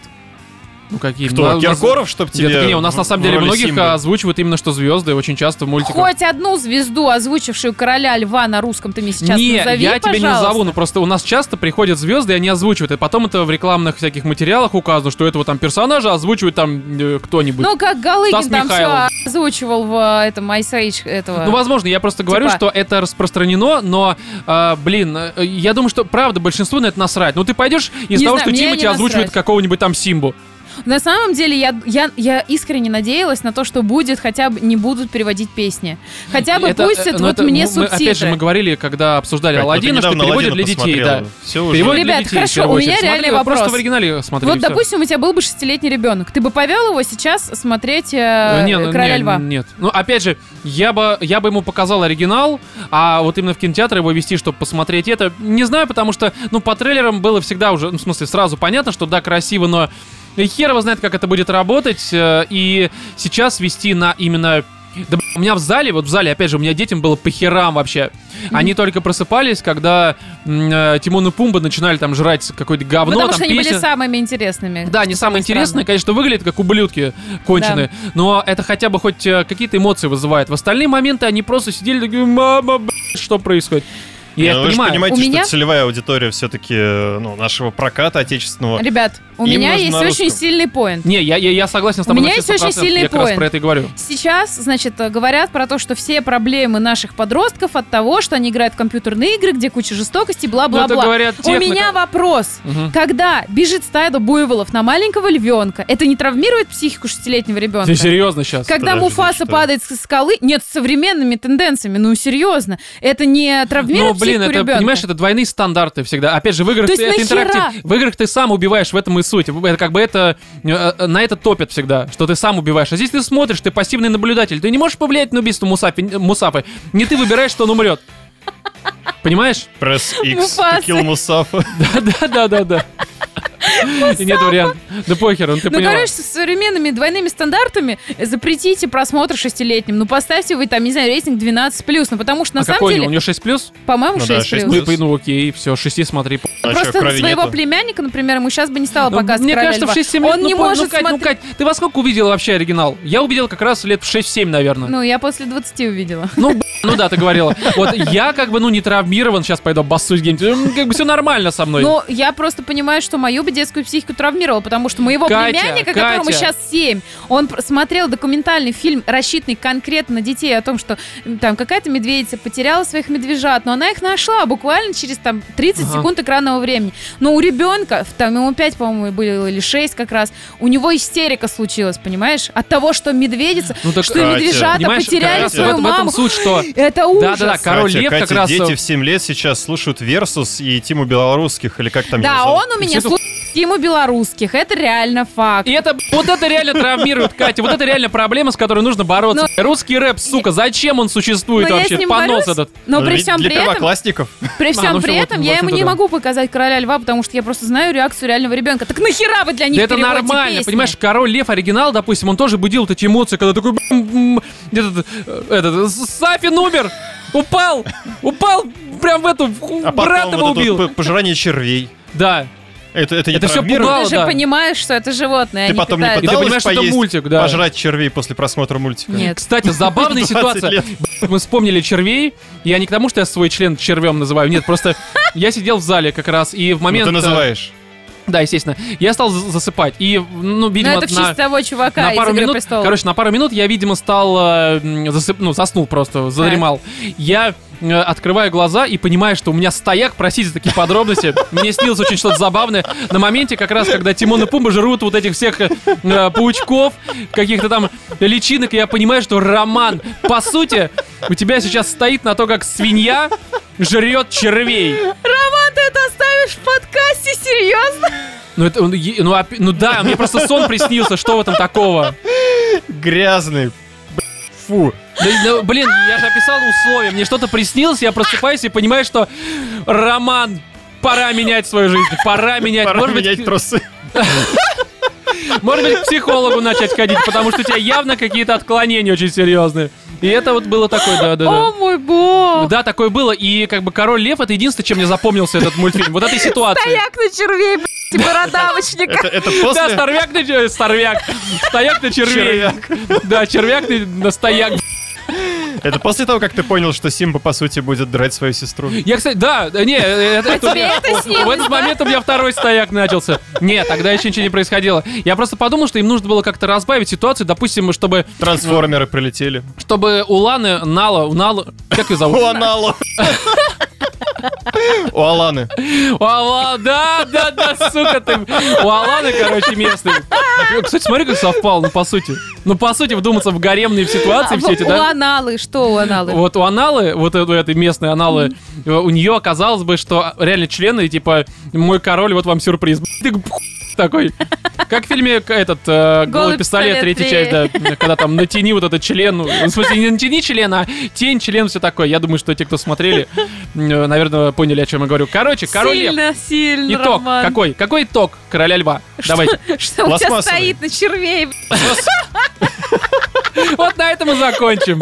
Ну какие? Кто, Ну, а у нас- Киркоров, чтоб Нет, тебе... так не, у нас на в- самом в деле роли многих Симбы? а, озвучивают именно что звезды очень часто в мультиках. Хоть одну звезду, озвучившую короля льва на русском, ты мне сейчас не, назови, я тебя не пожалуйста. назову, но просто у нас часто приходят звезды, и они озвучивают, и потом это в рекламных всяких материалах указано, что этого там персонажа озвучивает там э, кто-нибудь. Ну, как Галыгин Стас там все Михайлов. озвучивал в э, этом Ice Age этого. Ну, возможно, я просто говорю, Типа- что это распространено, но, э, блин, э, я думаю, что правда большинству на это насрать. Ну, ты пойдешь из Не того, знаю, что мне Тимати не озвучивает насрать. какого-нибудь там Симбу. На самом деле, я, я, я искренне надеялась на то, что будет, хотя бы не будут переводить песни. Хотя бы Это, э, пустят ну, вот это мне мы- мы- субтитры. Опять же, мы говорили, когда обсуждали Кать, ну ты Аладдина, что недавно переводят для Аладдина детей, да. посмотрела. Всё уже. Переводят для Ребят, детей, хорошо, в первую у меня очередь. реальный Смотрели, вопрос. Просто в оригинале смотрели. вот, всё. допустим, у тебя был бы шестилетний ребенок. Ты бы повел его сейчас смотреть э, Э, не, ну, Короля не, Льва. Нет. Ну, опять же, я бы, я бы ему показал оригинал, а вот именно в кинотеатр его вести, чтобы посмотреть это, не знаю, потому что, ну, по трейлерам было всегда уже, ну, в смысле, сразу понятно, что да, красиво, но хер его знает, как это будет работать, э, и сейчас вести на именно... Да, б***ь, у меня в зале, вот в зале, опять же, у меня детям было по херам вообще. Они только просыпались, когда м, э, Тимон и Пумба начинали там жрать какое-то говно, Потому там что они были песня. самыми интересными. Да, не самое странно. интересное, конечно, выглядит как ублюдки конченые, но это хотя бы хоть э, какие-то эмоции вызывает. В остальные моменты они просто сидели такие, мама, блядь, что происходит? И Я Ну, их вы же понимаю. понимаете, У что меня- целевая аудитория все-таки ну, нашего проката отечественного. Ребят, у Им меня нужно есть на очень русском. сильный поинт. Не, я, я, я согласен с У тобой. меня на есть очень 100%, сильный Я как раз поинт. про это и говорю. Сейчас, значит, э, говорят про то, что все проблемы наших подростков от того, что они играют в компьютерные игры, где куча Ну, жестокости, это бла-бла-бла. говорят У техника. меня вопрос. Мгм. Когда бежит стая буйволов на маленького львенка, это не травмирует психику шестилетнего ребенка? Ты серьезно сейчас? Когда Подожди, Муфаса что? падает с скалы, нет, с современными тенденциями, ну серьезно, это не Ну, травмирует блин, психику это, ребенка? понимаешь, это двойные стандарты всегда. Опять же, в играх То ты, есть это нахера? интерактив. В играх ты сам убиваешь, в этом и суть. Это как бы это э, э, на это топят всегда, что ты сам убиваешь. А здесь ты смотришь, ты пассивный наблюдатель. Ты не можешь повлиять на убийство Мусапи, Мусапы. Не ты выбираешь, что он умрет. Понимаешь? Пресс Ну, X, Муфаса. Килл Мусафа. Да, да, да, да, да. И нет вариантов. Да похер, он ты ну, поняла. короче, с современными двойными стандартами запретите просмотр шестилетним. Ну, поставьте вы там, не знаю, рейтинг 12+. Ну, потому что, на А самом какой у деле, него? У него 6 плюс? по-моему, Ну да, 6+. шесть плюс. Ну, и- ну окей, все, 6 смотри. по- А чё, Просто крови своего нету? племянника, например, ему сейчас бы не стало Ну, показывать Мне «Короля кажется, в льва». 6-7 Он не ну, по- может ну, Кать, ну, смотреть. Кать, ты во сколько увидела вообще оригинал? Я увидел как раз лет в 6-7, наверное. Ну, я после 20 увидела. Ну, б***ь, ну да, ты говорила. Вот я как бы, ну, не травмирован, сейчас пойду обоссусь где-нибудь. М, Как бы все нормально со мной. Но я просто понимаю, что мою бы детскую психику травмировало, потому что моего Катя, племянника, Катя. которому сейчас 7, он пр- смотрел документальный фильм, рассчитанный конкретно на детей, о том, что м, там какая-то медведица потеряла своих медвежат, но она их нашла буквально через там 30 Ага. секунд экранного времени. Но у ребенка, в- там ему 5, по-моему, было или 6 как раз, у него истерика случилась, понимаешь? От того, что медведица, Ну так, что Катя, медвежата понимаешь, потеряли Катя, свою вот в этом маму. суть, что... Это ужас. Да-да-да, Король Катя, Лев как Катя, раз- дети в 7 лет сейчас слушают Версус и Тиму Белорусских, или как там его Да, зовут? он у меня Все это- слушает ему белорусских. Это реально факт. И это, вот это реально травмирует, Катя, вот это реально проблема, с которой нужно бороться. Русский рэп, сука, зачем он существует Но Ну, я с вообще? ним Понос борюсь, этот. э, Но Ну, при ведь всем для при этом, первоклассников. при всем ну всё, при вот, этом в я общем-то, ему не да. могу показать короля льва, потому что я просто знаю реакцию реального ребенка. Так нахера вы для них Да это переводите нормально, песни? понимаешь, король Лев оригинал, допустим, он тоже будил вот эти эмоции, когда такой, «М, м, этот, э, этот, Сафин умер, упал, упал, прям в эту, в- А брата потом его вот это убил. вот п- пожирание червей. Да, Это, это не Это всё травмирует? пугало. Ну, Ты же да. понимаешь, что это животное. Ты потом не И ты Пыталась понимаешь, что это поесть, мультик, да. Пожрать червей после просмотра мультика. Нет. Кстати, забавная 20 ситуация. лет. Мы вспомнили червей. Я не к тому, что я свой член червем называю. Нет, просто я сидел в зале как раз, и в Ну, момент... ты называешь. э, Да, естественно. Я стал за- засыпать. И, ну, видимо, Но это в на- честь того чувака на из пару «Игры минут, престолов». короче, на пару минут я, видимо, стал э, м, засып- ну, заснул просто, задремал. Я э, открываю глаза и понимаю, что у меня стояк, простите за такие подробности, мне снилось очень что-то забавное. На моменте как раз, когда Тимон и Пумба жрут вот этих всех э, э, паучков, каких-то там личинок, и я понимаю, что Роман, по сути, у тебя сейчас стоит на то, как свинья жрет червей. Роман, ты это оставишь в подкасте? Серьезно? Ну, это, он е- ну, опи- ну да, мне просто сон приснился, что в этом такого? Грязный. б***ь, Фу. Да, да, блин, я же описал условия. Мне что-то приснилось, я просыпаюсь и понимаю, что Роман, пора менять свою жизнь, пора менять. Пора может, менять быть, э, трусы. может быть, к психологу начать ходить, потому что у тебя явно какие-то отклонения очень серьезные. И это вот было такое, да-да-да. О мой бог! Да, такое было. И как бы Король Лев это единственное, чем мне запомнился этот мультфильм. Вот этой ситуации. Стояк на червей, блядь, и бородавочника. Это, это Да, после... старвяк на чер- старвяк. Стояк на червей. Да, червяк на- на стояк. Это после того, как ты понял, что Симба, по сути, будет драть свою сестру. Я, кстати, да, э, не, э, это, это у А тебе меня- это снилось, В этот да? момент у меня второй стояк начался. Нет, тогда еще ничего не происходило. Я просто подумал, что им нужно было как-то разбавить ситуацию, допустим, чтобы, Трансформеры прилетели. чтобы у Ланы, Нала, у Нала, как ее У зовут? Анала. У Аланы. У Алла- да, да, да, сука ты. У Аланы, короче, местный. Кстати, смотри, как совпал, ну, по сути. Ну, по сути, вдуматься в гаремные ситуации все эти, У да? аналы, что у аналы? Вот у аналы, вот этой, этой местной аналы, э, у нее оказалось бы, что реально члены, типа, мой король, вот вам сюрприз. Ты пх- такой. Как в фильме к- этот э, «Голый «Голый пистолет», пистолет третья три. часть, да, когда там натяни вот этот член, ну, в смысле, не натяни член, а тень, член, все такое. Я думаю, что те, кто смотрели, э, наверное, поняли, о чем я говорю. Короче, король Лев. Сильно, сильно, Итог Роман. какой? Какой итог «Короля льва»? Давайте. Что у тебя Пластмассовый. стоит на червей? блядь? Вот на этом и закончим.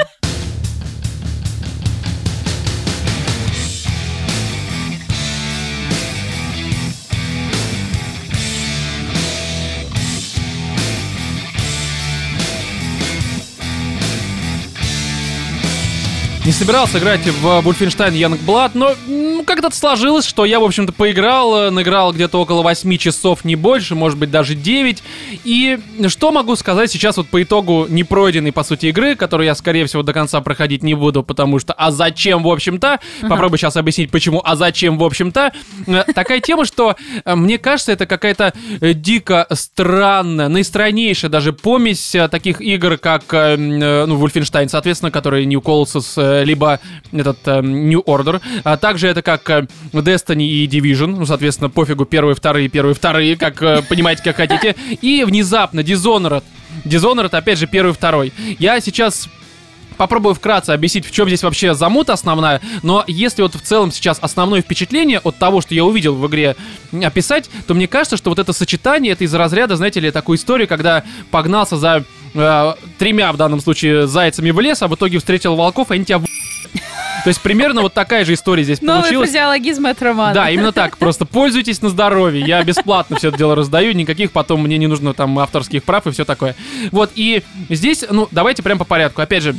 Не собирался играть в Бульфенштайн Янгблад, но м, как-то сложилось, что я, в общем-то, поиграл, э, наиграл где-то около 8 часов, не больше, может быть, даже 9. И что могу сказать сейчас вот по итогу непройденной, по сути, игры, которую я, скорее всего, до конца проходить не буду, потому что «А зачем, в общем-то?» Попробую сейчас объяснить, почему «А зачем, в общем-то?» Э, Такая тема, что э, мне кажется, это какая-то э, дико странная, наистраннейшая даже помесь э, таких игр, как, э, м, э, ну, Wolfenstein, соответственно, который New Colossus, э, либо этот э, New Order. А также это как э, Destiny и Division, ну, соответственно, пофигу, первые, вторые, первые, вторые, как э, понимаете, как хотите. И внезапно Dishonored. Dishonored, опять же, первый, второй. Я сейчас Попробую вкратце объяснить, в чем здесь вообще замут основная, но если вот в целом сейчас основное впечатление от того, что я увидел в игре, описать, то мне кажется, что вот это сочетание, это из разряда, знаете ли, такой истории, когда погнался за э, тремя, в данном случае, зайцами в лес, а в итоге встретил волков, и они тебя вы- То есть примерно вот такая же история здесь Новый получилась. физиологизм от Романа. Да, именно так. Просто пользуйтесь на здоровье. Я бесплатно все это дело раздаю, никаких потом мне не нужно там авторских прав и все такое. Вот, и здесь, ну, давайте прям по порядку. Опять же,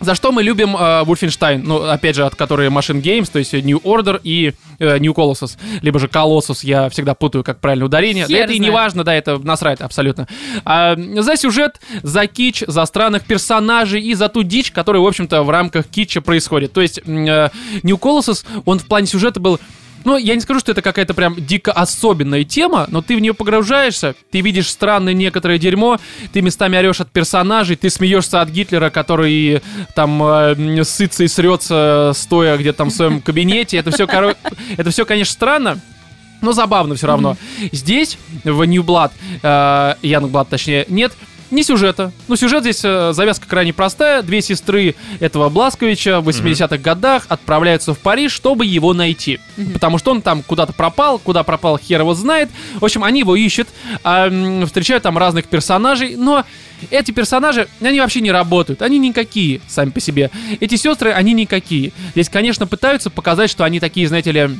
за что мы любим э, Wolfenstein? Ну, опять же, от которой Machine Games, то есть э, New Order и э, New Colossus. Либо же Colossus, я всегда путаю, как правильно ударение. да Хер это и не знает. важно, да, это насрать абсолютно. А, за сюжет, за кич, за странных персонажей и за ту дичь, которая, в общем-то, в рамках кича происходит. То есть м, э, New Colossus, он в плане сюжета был... Ну, я не скажу, что это какая-то прям дико особенная тема, но ты в нее погружаешься, ты видишь странное некоторое дерьмо, ты местами орешь от персонажей, ты смеешься от Гитлера, который там э, м, сытся и срется, стоя где-то там в своем кабинете. Это все, коро- это все, конечно, странно, но забавно все равно. Здесь, в New Blood, э, Young Blood, точнее, нет ни сюжета. Ну, сюжет здесь, э, завязка крайне простая. Две сестры этого Бласковича в 80-х годах отправляются в Париж, чтобы его найти. Потому что он там куда-то пропал, куда пропал хер его знает. В общем, они его ищут, а, м, встречают там разных персонажей, но эти персонажи, они вообще не работают, они никакие сами по себе. Эти сестры, они никакие. Здесь, конечно, пытаются показать, что они такие, знаете ли,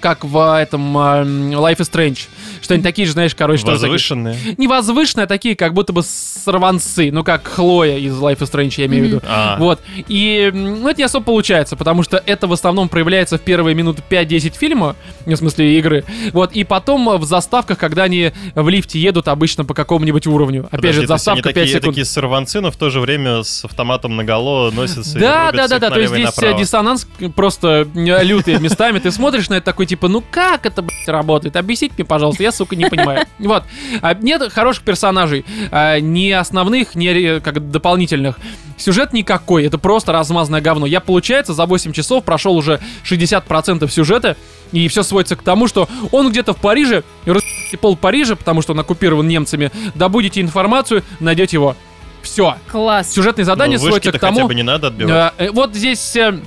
как в этом э, м, Life is Strange. Что они такие же, знаешь, короче, тоже такие- Возвышенные. не возвышенные, а такие, как будто бы сорванцы. Ну, как Хлоя из Life is Strange, я имею в виду. А. Вот. И, м, ну, это не особо получается, потому что это в основном проявляется в первые минуты 5-10 фильма, ну, в смысле игры. Вот. И потом э, в заставках, когда они в лифте едут обычно по какому-нибудь уровню. Опять Подожди, же, то есть они заставка 5 такие, секунд. такие сорванцы, но в то же время с автоматом наголо носятся Да, и рубят да, да, всех да. То есть налево и здесь э, направо. диссонанс к- просто э, лютый местами. Ты смотришь на это такой, типа, ну как это, блядь, работает? Объясните мне, пожалуйста, я, сука, не понимаю. Вот. А Нет хороших персонажей. а, Ни основных, ни ре- как дополнительных. Сюжет никакой, это просто размазанное говно. Я, получается, за 8 часов прошел уже 60% сюжета, и все сводится к тому, что он где-то в Париже, раз***ьте пол Парижа, потому что он оккупирован немцами, добудете информацию, найдете его. Все. Класс. Сюжетные задания Ну, сводятся вышки-то к тому, хотя бы не надо отбивать. Э, э, вот здесь э,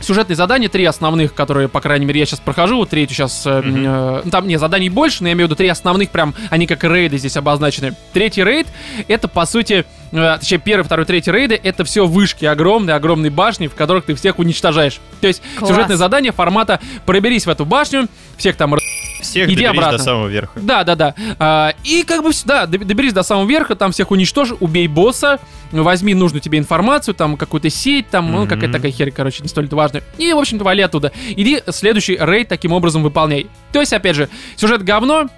сюжетные задания, три основных, которые, по крайней мере, я сейчас прохожу, вот третью сейчас... э, Мгм. э, ну, там, не, заданий больше, но я имею в виду три основных, прям, они как рейды здесь обозначены. Третий рейд — это, по сути, э, точнее, первый, второй, третий рейды — это все вышки огромные, огромные башни, в которых ты всех уничтожаешь. То есть Класс. сюжетное задание формата «проберись в эту башню», всех там Всех иди доберись обратно. до самого верха. да, да, да. А, и как бы сюда, доберись до самого верха, там всех уничтожь, убей босса, возьми нужную тебе информацию, там какую-то сеть, там, ну, Мгм. какая-то такая херь, короче, не столь важная. И, в общем-то, вали оттуда. Иди следующий рейд таким образом выполняй. То есть, опять же, сюжет говно,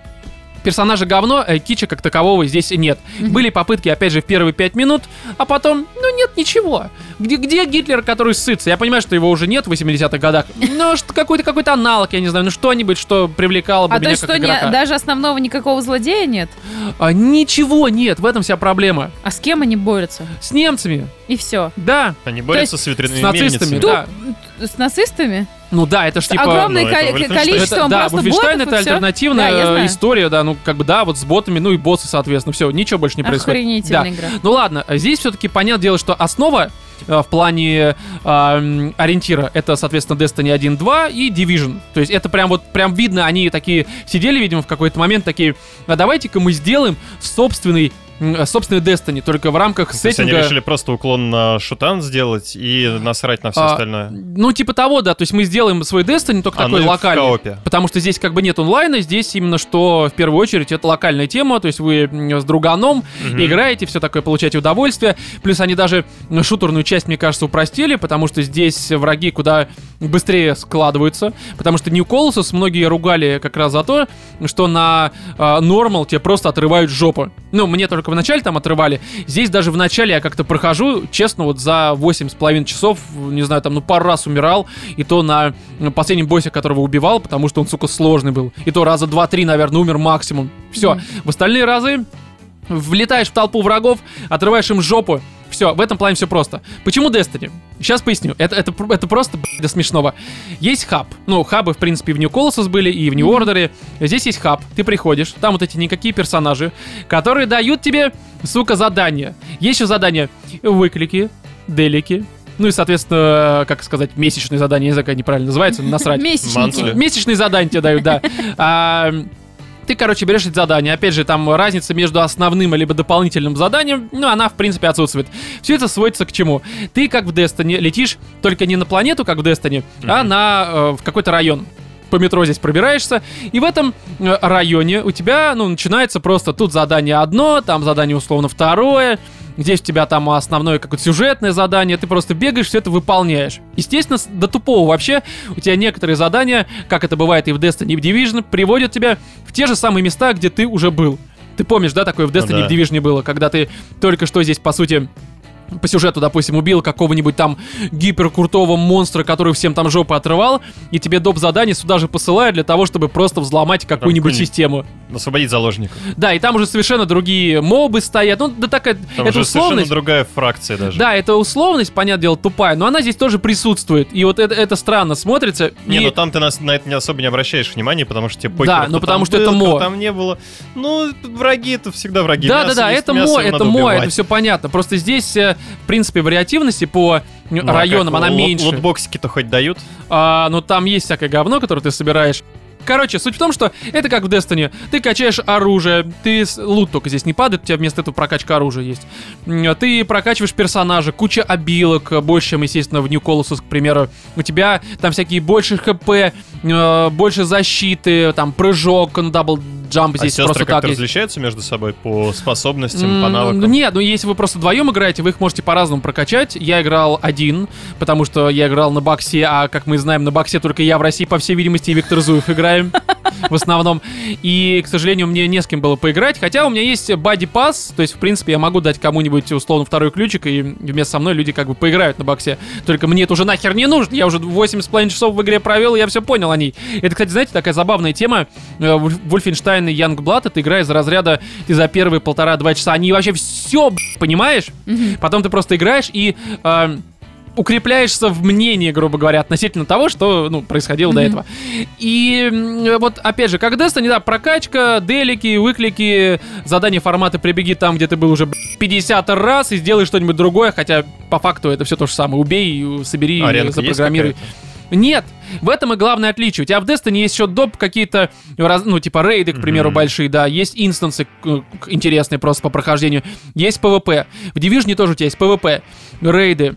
персонажа говно, э, кича как такового здесь нет. Мгм. Были попытки, опять же, в первые пять минут, а потом, ну нет ничего. Где, где Гитлер, который сытся? Я понимаю, что его уже нет в 80-х годах, но что- какой-то какой-то аналог, я не знаю, ну что-нибудь, что привлекало бы А то меня есть как что, не- игрока. даже основного никакого злодея нет? А, ничего нет, в этом вся проблема. А с кем они борются? С немцами, И все. да, Они борются с с ветряными нацистами, мельницами. да. С нацистами? Ну да, это ж С типа... Огромное Ну, это кол- Wolfenstein. Это, количество да, просто Wolfenstein ботов это и всё? альтернативная Да, я э, знаю. история, да, ну как бы да, вот с ботами, ну и боссы, соответственно, все, ничего больше не происходит. Охренительная Да. игра. Ну ладно, здесь все-таки понятное дело, что основа э, в плане э, м, ориентира это, соответственно, Destiny 1, 2 и Division. То есть это прям вот прям видно, они такие сидели, видимо, в какой-то момент такие, а давайте-ка мы сделаем собственный м, собственный Destiny, только в рамках То есть они сеттинга... решили просто уклон на шутан сделать и насрать на все А, остальное. Ну, типа того, да. То есть мы сделаем свой Destiny только А, такой ну и в локальный. коопе. Потому что здесь как бы нет онлайна, здесь именно что в первую очередь это локальная тема, то есть вы м, с друганом Мгм. играете, все такое получаете удовольствие. Плюс они даже м, шутерную часть, мне кажется, упростили, потому что здесь враги куда быстрее складываются, потому что New Colossus многие ругали как раз за то, что на а, нормал тебе просто отрывают жопу. Ну, мне только в начале там отрывали. Здесь даже в начале я как-то прохожу, честно, вот за 8,5 часов, не знаю, там, ну, пару раз умирал, и то на м, последнем боссе, которого убивал, потому что он, сука, сложный был. И то раза 2-3, наверное, умер максимум. Все. Мгм. В остальные разы влетаешь в толпу врагов, отрываешь им жопу. Все, в этом плане все просто. Почему Destiny? Сейчас поясню. Это, это, пр- это просто блядь, до смешного. Есть хаб. Ну, хабы, в принципе, и в New Colossus были, и в New Order. Здесь есть хаб. Ты приходишь, там вот эти никакие персонажи, которые дают тебе, сука, задания. Есть еще задания выклики, делики, ну и, соответственно, как сказать, месячные задания, я не знаю, как они правильно называются, насрать. Мансли. Месячники. Месячные задания тебе дают, да. А, Ты, короче, берешь эти задания. Опять же, там разница между основным либо дополнительным заданием, ну, она, в принципе, отсутствует. Все это сводится к чему? Ты, как в Destiny, летишь только не на планету, как в Destiny, а на э, в какой-то район. По метро здесь пробираешься, и в этом э, районе у тебя, ну, начинается просто тут задание одно, там задание условно второе, Здесь у тебя там основное какое-то сюжетное задание, ты просто бегаешь, все это выполняешь. Естественно, с- до тупого вообще у тебя некоторые задания, как это бывает и в Destiny, и в Division, приводят тебя в те же самые места, где ты уже был. Ты помнишь, да, такое в Destiny и да. в Division было, когда ты только что здесь, по сути, по сюжету, допустим, убил какого-нибудь там гиперкрутого монстра, который всем там жопы отрывал, и тебе доп. задание сюда же посылают для того, чтобы просто взломать какую-нибудь какой-нибудь систему. Освободить заложников. Да, и там уже совершенно другие мобы стоят. Ну, да такая... Там это уже совершенно условность. другая фракция даже. Да, это условность, понятное дело, тупая, но она здесь тоже присутствует. И вот это, это странно смотрится. Не, и- ну там ты нас на это не особо не обращаешь внимания, потому что тебе похер, Да, кто ну потому там что был, это кто мо. там не было. Ну, враги это всегда враги. да, да, Мясо да, есть это мясо, мой, его это надо мой, убивать. это все понятно. Просто здесь, э, в принципе, вариативности по э, Ну, а районам как, она лот- меньше. Лотбоксики-то хоть дают? А, но там есть всякое говно, которое ты собираешь. Короче, суть в том, что это как в Destiny. Ты качаешь оружие, ты с- лут только здесь не падает, у тебя вместо этого прокачка оружия есть. М, а Ты прокачиваешь персонажа, куча обилок, э, больше, чем, естественно, в New Colossus, к примеру. У тебя там всякие больше хп, э, больше защиты, там прыжок, ну, дабл джамп А здесь сестры просто так как-то есть. различаются между собой по способностям, по М, навыкам? ну, Нет, ну если вы просто вдвоем играете, вы их можете по-разному прокачать. Я играл один, потому что я играл на боксе, а как мы знаем, на боксе только я в России, по всей видимости, и Виктор Зуев играем в основном. И, к сожалению, мне не с кем было поиграть. Хотя у меня есть бади пас, то есть, в принципе, я могу дать кому-нибудь условно второй ключик, и вместе со мной люди как бы поиграют на боксе. Только мне это уже нахер не нужно. Я уже 8,5 часов в игре провел, и я все понял о ней. Это, кстати, знаете, такая забавная тема. Э, Вуль- Вульфенштайн и Янгблат это игра из разряда ты за первые полтора-два часа. Они вообще все понимаешь, потом ты просто играешь и. э, укрепляешься в мнении, грубо говоря, относительно того, что ну, происходило до Мгм. этого. И м, вот, опять же, как Destiny, да, прокачка, делики, выклики, задание формата «прибеги там, где ты был уже б, 50 раз и сделай что-нибудь другое», хотя по факту это все то же самое. Убей, э, собери, Аренка есть запрограммируй. Нет, в этом и главное отличие. У тебя в Destiny есть еще доп какие-то, раз- ну, типа рейды, к примеру, Мгм. большие, да, есть инстансы к- к- интересные просто по прохождению, есть PvP. В Division тоже у тебя есть PvP, рейды.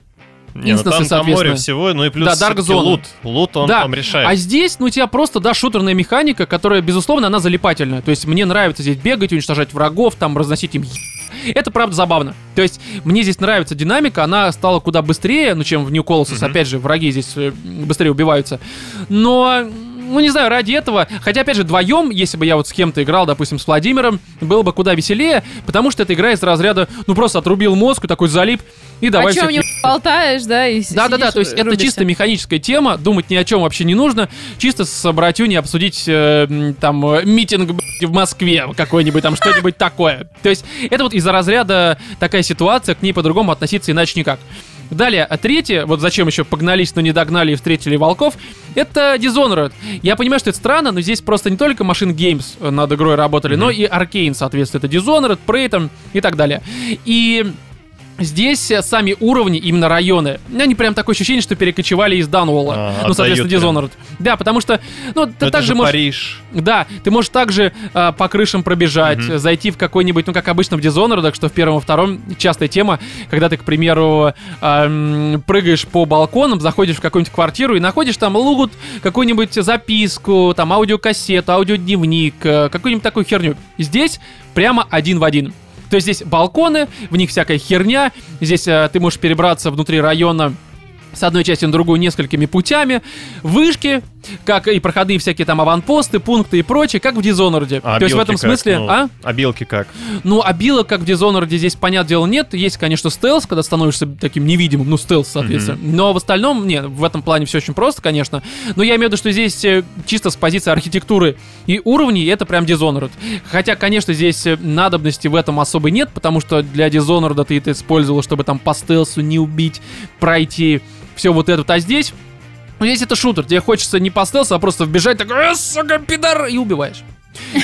Не, ну Инстансы, там, там море соответственно. всего, ну и плюс Да, Dark всё-таки Zone. лут. Лут он Да. там решает. А здесь, ну, у тебя просто, да, шутерная механика, которая, безусловно, она залипательная. То есть мне нравится здесь бегать, уничтожать врагов, там, разносить им е- это правда забавно. То есть мне здесь нравится динамика, она стала куда быстрее, ну, чем в New Colossus. Мгм. Опять же, враги здесь э, быстрее убиваются. Но, ну, не знаю, ради этого. Хотя, опять же, вдвоем, если бы я вот с кем-то играл, допустим, с Владимиром, было бы куда веселее, потому что эта игра из разряда, ну, просто отрубил мозг, и такой залип, и давай о чем всех не болтаешь, да, и с- да, да, да, сидишь, то есть это рубишься. Ну, чисто механическая тема, думать ни о чем вообще не нужно, чисто с братюней обсудить э, м, там э, митинг блядь, в Москве какой-нибудь, там что-нибудь такое. То есть это вот из-за разряда такая ситуация, к ней по-другому относиться иначе никак. Далее, а третье, вот зачем еще погнались, но не догнали и встретили волков, это Dishonored. Я понимаю, что это странно, но здесь просто не только Machine Games э, над игрой работали, но и Arkane, соответственно, это Dishonored, Prey там и так далее. И Здесь э, сами уровни, именно районы, они прям такое ощущение, что перекочевали из Дануола. А, ну, отдают соответственно, прям. Dishonored. Да, потому что, ну, ты Но это также же можешь... Париж. Да, ты можешь также э, по крышам пробежать, Мгм. э, зайти в какой-нибудь, ну, как обычно в Dishonored, что в первом и втором частая тема, когда ты, к примеру, эм, прыгаешь по балконам, заходишь в какую-нибудь квартиру и находишь там лугут, какую-нибудь записку, там аудиокассету, аудиодневник, э, какую-нибудь такую херню. Здесь прямо один в один. То есть здесь балконы, в них всякая херня, здесь э, ты можешь перебраться внутри района с одной части на другую несколькими путями, вышки, как и проходные всякие там аванпосты, пункты и прочее, как в Dishonored. А То есть в обилки этом как? смысле, Ну, а? Обилки как? Ну, обилок, как в Dishonored, здесь, понятное дело, нет. Есть, конечно, стелс, когда становишься таким невидимым, ну, стелс, соответственно. Но в остальном, нет, в этом плане все очень просто, конечно. Но я имею в виду, что здесь э, чисто с позиции архитектуры и уровней это прям Dishonored. Хотя, конечно, здесь э, надобности в этом особой нет, потому что для Dishonored ты это использовал, чтобы там по стелсу не убить, пройти, все вот это. вот. А здесь... Ну, здесь это шутер, тебе хочется не по стелсу, а просто вбежать, такой, «Э, сука, пидор, и убиваешь.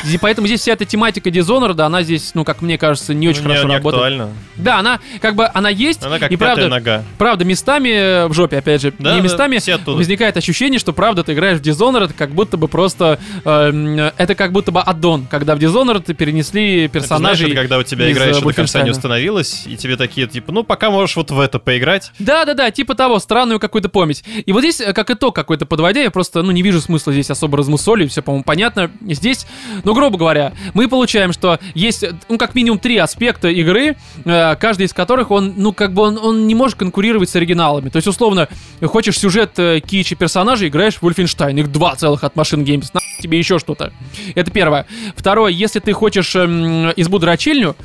И Поэтому здесь вся эта тематика Dishonored, она здесь, ну, как мне кажется, не очень Ну, не- хорошо не работает. актуально. Да, она как бы, она есть, Она как и пятая правда, нога. правда, местами э, в жопе, опять же, Да, не да, местами, все оттуда. возникает ощущение, что правда ты играешь в Dishonored, как будто бы просто, эм, это как будто бы аддон, когда в Dishonored перенесли Это, знаешь, персонажей. это когда у тебя из, игра э, еще до конца не Wolfenstein. установилась, и тебе такие, типа, ну, пока можешь вот в это поиграть. Да-да-да, типа того, странную какую-то помесь. И вот здесь, э, как итог какой-то подводя, я просто, ну, не вижу смысла здесь особо размусолить, все, по-моему, понятно. Здесь, ну, грубо говоря, мы получаем, что есть, э, ну, как минимум три аспекта игры, э, каждый из которых, он, ну, как бы он, он не может конкурировать с оригиналами. То есть, условно, хочешь сюжет э, кичи персонажей, играешь в Wolfenstein, их два целых от машин Games, на тебе еще что-то. Это первое. Второе, если ты хочешь эм, избу дрочильню,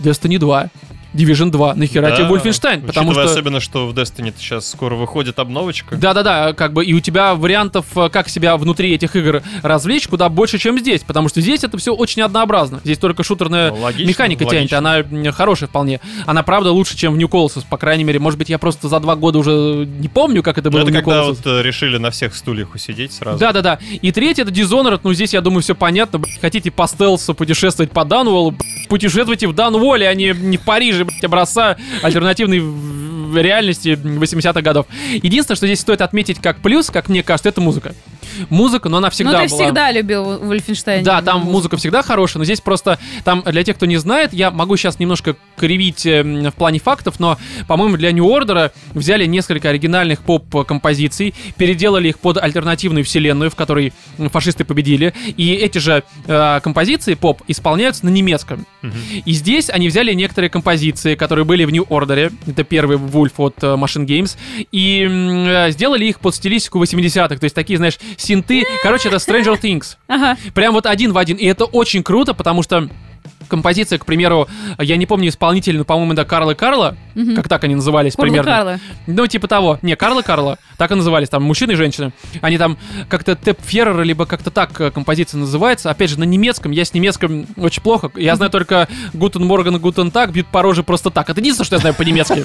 Destiny 2, Division 2, нахера Да, тебе Wolfenstein, потому учитывая что... особенно, что в Destiny сейчас скоро выходит обновочка. Да-да-да, как бы и у тебя вариантов, э, как себя внутри этих игр развлечь, куда больше, чем здесь, потому что здесь это все очень однообразно. Здесь только шутерная Ну, логично, механика тянет, логично. она м, хорошая вполне. Она правда лучше, чем в New Colossus, по крайней мере. Может быть, я просто за два года уже не помню, как это Ну, было это в New когда Colossus. вот э, решили на всех стульях усидеть сразу. Да-да-да. И третье это Dishonored. Ну, здесь, я думаю, все понятно. Блядь, хотите по стелсу путешествовать по Данволу, блядь, путешествуйте в Данволе, а не, не в Париже, блядь, образца альтернативной в- в реальности 80-х годов. Единственное, что здесь стоит отметить как плюс, как мне кажется, это музыка. музыка, но она Ну, всегда ты была. всегда любил Вольфенштейн. Да, там музыка всегда хорошая, но здесь просто, там, э, для тех, кто не знает, я могу сейчас немножко кривить э, м, в плане фактов, но, по-моему, для New Order взяли несколько оригинальных поп-композиций, переделали их под альтернативную вселенную, в которой м, фашисты победили, и эти же э, композиции поп исполняются на немецком. И здесь они взяли некоторые композиции, которые были в New Order, это первый Вульф от э, Machine Games, и м, э, сделали их под стилистику 80-х, то есть такие, знаешь, синты, короче, это Stranger Things. Ага. Прям вот один в один. И это очень круто, потому что композиция, к примеру, я не помню исполнителя, но, по-моему, это Карл и Карла, Мгм. как так они назывались Курла примерно. Карла. Ну, типа того. Не, Карла и Карла, так и назывались, там, мужчина и женщина. Они там как-то Теп Феррер, либо как-то так э, композиция называется. Опять же, на немецком, я с немецким очень плохо. Я знаю только Гутен Морган и Гутен Так, бьют по роже просто так. Это единственное, что я знаю по-немецки.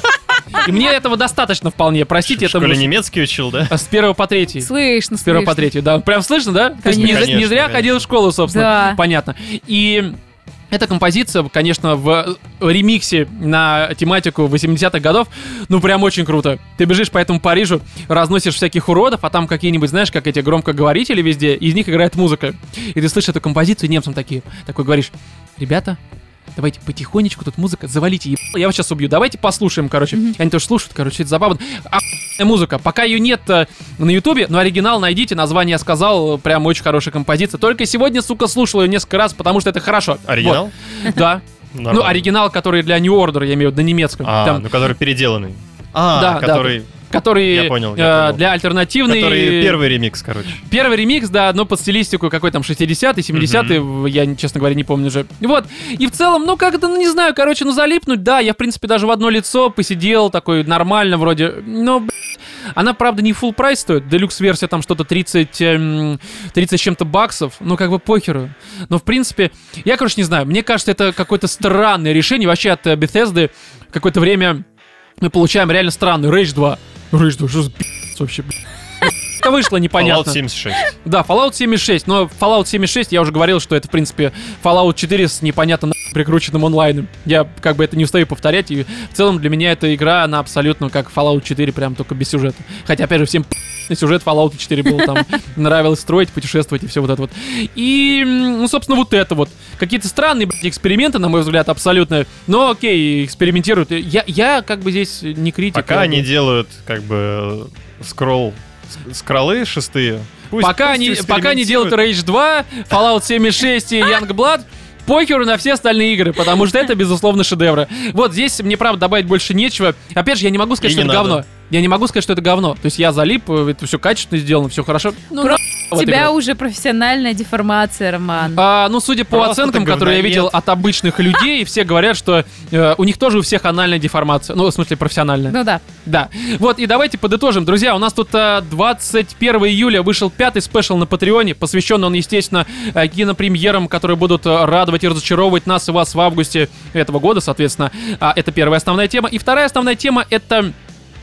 И мне этого достаточно вполне, простите, В это... школе мы с- немецкий учил, да? С первого по третий. Слышно, С первого слышно. по третью, да. Прям слышно, да? То есть не, Конечно. за- не зря Конечно, ходил в школу, собственно. Да. Понятно. И эта композиция, конечно, в ремиксе на тематику 80-х годов, ну прям очень круто. Ты бежишь по этому Парижу, разносишь всяких уродов, а там какие-нибудь, знаешь, как эти громкоговорители везде, из них играет музыка. И ты слышишь эту композицию, и немцам такие, такой говоришь, ребята, Давайте потихонечку, тут музыка, завалите, еб- я вас сейчас убью. Давайте послушаем, короче. И Они тоже слушают, короче, это забавно. Охуенная музыка. Пока ее нет э, на Ютубе, но оригинал найдите, название я сказал, э, прям очень хорошая композиция. Только сегодня, сука, слушал ее несколько раз, потому что это хорошо. Оригинал? Вот. Да. Ну, Нормально. оригинал, который для New Order, я имею в виду, на немецком. А, Там, ну который переделанный. А, Да, да. который, который я понял, э, я понял. для альтернативной... который первый ремикс, короче. Первый ремикс, да, но под стилистику какой там 60-й, 70-й, в- я, честно говоря, не помню уже. Вот. И в целом, ну как-то, ну не знаю, короче, ну залипнуть, да, я, в принципе, даже в одно лицо посидел, такой нормально вроде, но, б***ь, она, правда, не full прайс стоит, делюкс-версия там что-то 30, эм, 30 с чем-то баксов, ну как бы похеру. Но, в принципе, я, короче, не знаю, мне кажется, это какое-то странное решение вообще от э, Bethesda какое-то время мы получаем реально странный Rage 2. Rage 2, что за пи***ц вообще, блин? Это вышло непонятно. Fallout 76. Да, Fallout 76, но Fallout 76, я уже говорил, что это, в принципе, Fallout 4 с непонятно нахуй прикрученным онлайном. Я как бы это не устаю повторять, и в целом для меня эта игра, она абсолютно как Fallout 4, прям только без сюжета. Хотя, опять же, всем на сюжет Fallout 4 был, там нравилось строить, путешествовать и все вот это вот. И, м, ну, собственно, вот это вот. Какие-то странные, блядь, эксперименты, на мой взгляд, абсолютно. Но окей, экспериментируют. Я, я как бы здесь не критик. Пока я они бы- делают, как бы, э, скролл, ск- скроллы шестые. Пусть- пока, пусть они, пока не делают экспериментируют. Rage 2, Fallout 76 и Youngblood, похеру на все остальные игры, потому что это, безусловно, шедевры. Вот здесь мне, правда, добавить больше нечего. Опять же, я не могу сказать, И что не это надо. говно. Я не могу сказать, что это говно. То есть я залип, э, это все качественно сделано, все хорошо. Ну, Про- на- в У этой тебя игре. уже профессиональная деформация, Роман. А, ну, судя по Просто оценкам, ты которые я говноед. видел от обычных людей, все говорят, что э, у них тоже у всех анальная деформация. Ну, в смысле, профессиональная. Ну да. Да. Вот, и давайте подытожим. Друзья, у нас тут э, 21 июля вышел пятый спешл на Патреоне. Посвящен он, естественно, э, кинопремьерам, которые будут э, радовать и разочаровывать нас и вас в августе этого года, соответственно. А, это первая основная тема. И вторая основная тема — это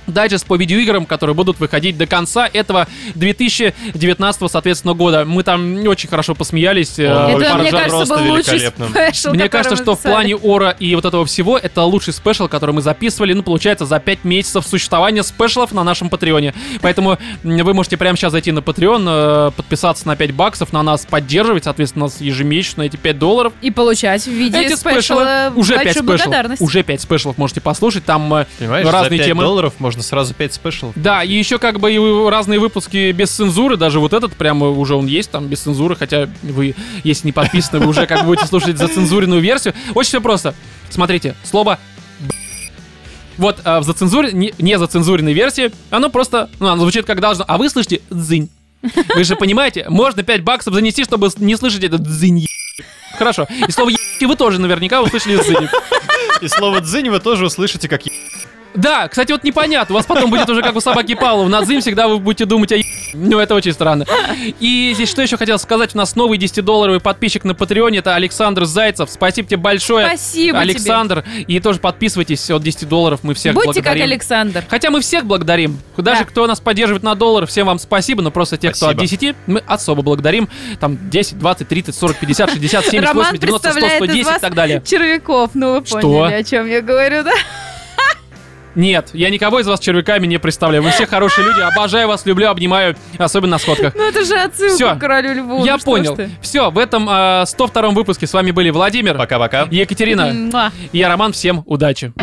дайджест по видеоиграм, которые будут выходить до конца этого 2019, соответственно, года. Мы там не очень хорошо посмеялись. э, О, это, Ой, мне поржали. кажется, просто был лучший великолепно. спешл, Мне который кажется, вы что в записали. плане ора и вот этого всего это лучший спешл, который мы записывали, ну, получается, за 5 месяцев существования спешлов на нашем Патреоне. Поэтому м, вы можете прямо сейчас зайти на Patreon, э, подписаться на 5 баксов, на нас поддерживать, соответственно, нас ежемесячно эти 5 долларов. И получать в виде Эти спешла спешлы, уже 5 большую спешлов, благодарность. уже 5 спешлов можете послушать, там э, Понимаешь, разные за 5 темы. долларов можно сразу 5 спешл. Да, и еще как бы и разные выпуски без цензуры, даже вот этот прямо уже он есть там без цензуры, хотя вы, если не подписаны, вы уже как бы будете слушать зацензуренную версию. Очень все просто. Смотрите, слово «б***». вот а, в зацензуре, не, не зацензуренной версии, оно просто, ну, оно звучит как должно, а вы слышите «дзынь». Вы же понимаете, можно 5 баксов занести, чтобы с- не слышать этот «дзынь». е***». Хорошо. И слово «е***» вы тоже наверняка услышали «дзынь». И слово «дзынь» вы тоже услышите, как е- Да, кстати, вот непонятно. У вас потом будет уже как у собаки Павлова. На дзым всегда вы будете думать о е- Ну, это очень странно. И здесь что еще хотел сказать. У нас новый 10-долларовый подписчик на Патреоне. Это Александр Зайцев. Спасибо тебе большое. Спасибо Александр. И тоже подписывайтесь от 10 долларов. Мы тебе. всех Будьте как благодарим. Александр. Хотя мы всех благодарим. Даже Да. кто нас поддерживает на доллар, всем вам спасибо. Но просто тех, кто от Спасибо. 10, мы особо благодарим. Там 10, 20, 30, 40, 50, 60, 70, Роман 80, 90, 100, представляет из 110 и вас так далее. червяков. Ну, вы Что? поняли, о чем я говорю, да? Нет, я никого из вас червяками не представляю. Вы все хорошие люди, обожаю вас, люблю, обнимаю, особенно на сходках. Ну это же отсылка Всё. к королю льву. Я ну что понял. ж ты. Все, в этом э, 102 выпуске с вами были Владимир, Пока-пока. Екатерина Муа. и я, Роман. Всем удачи.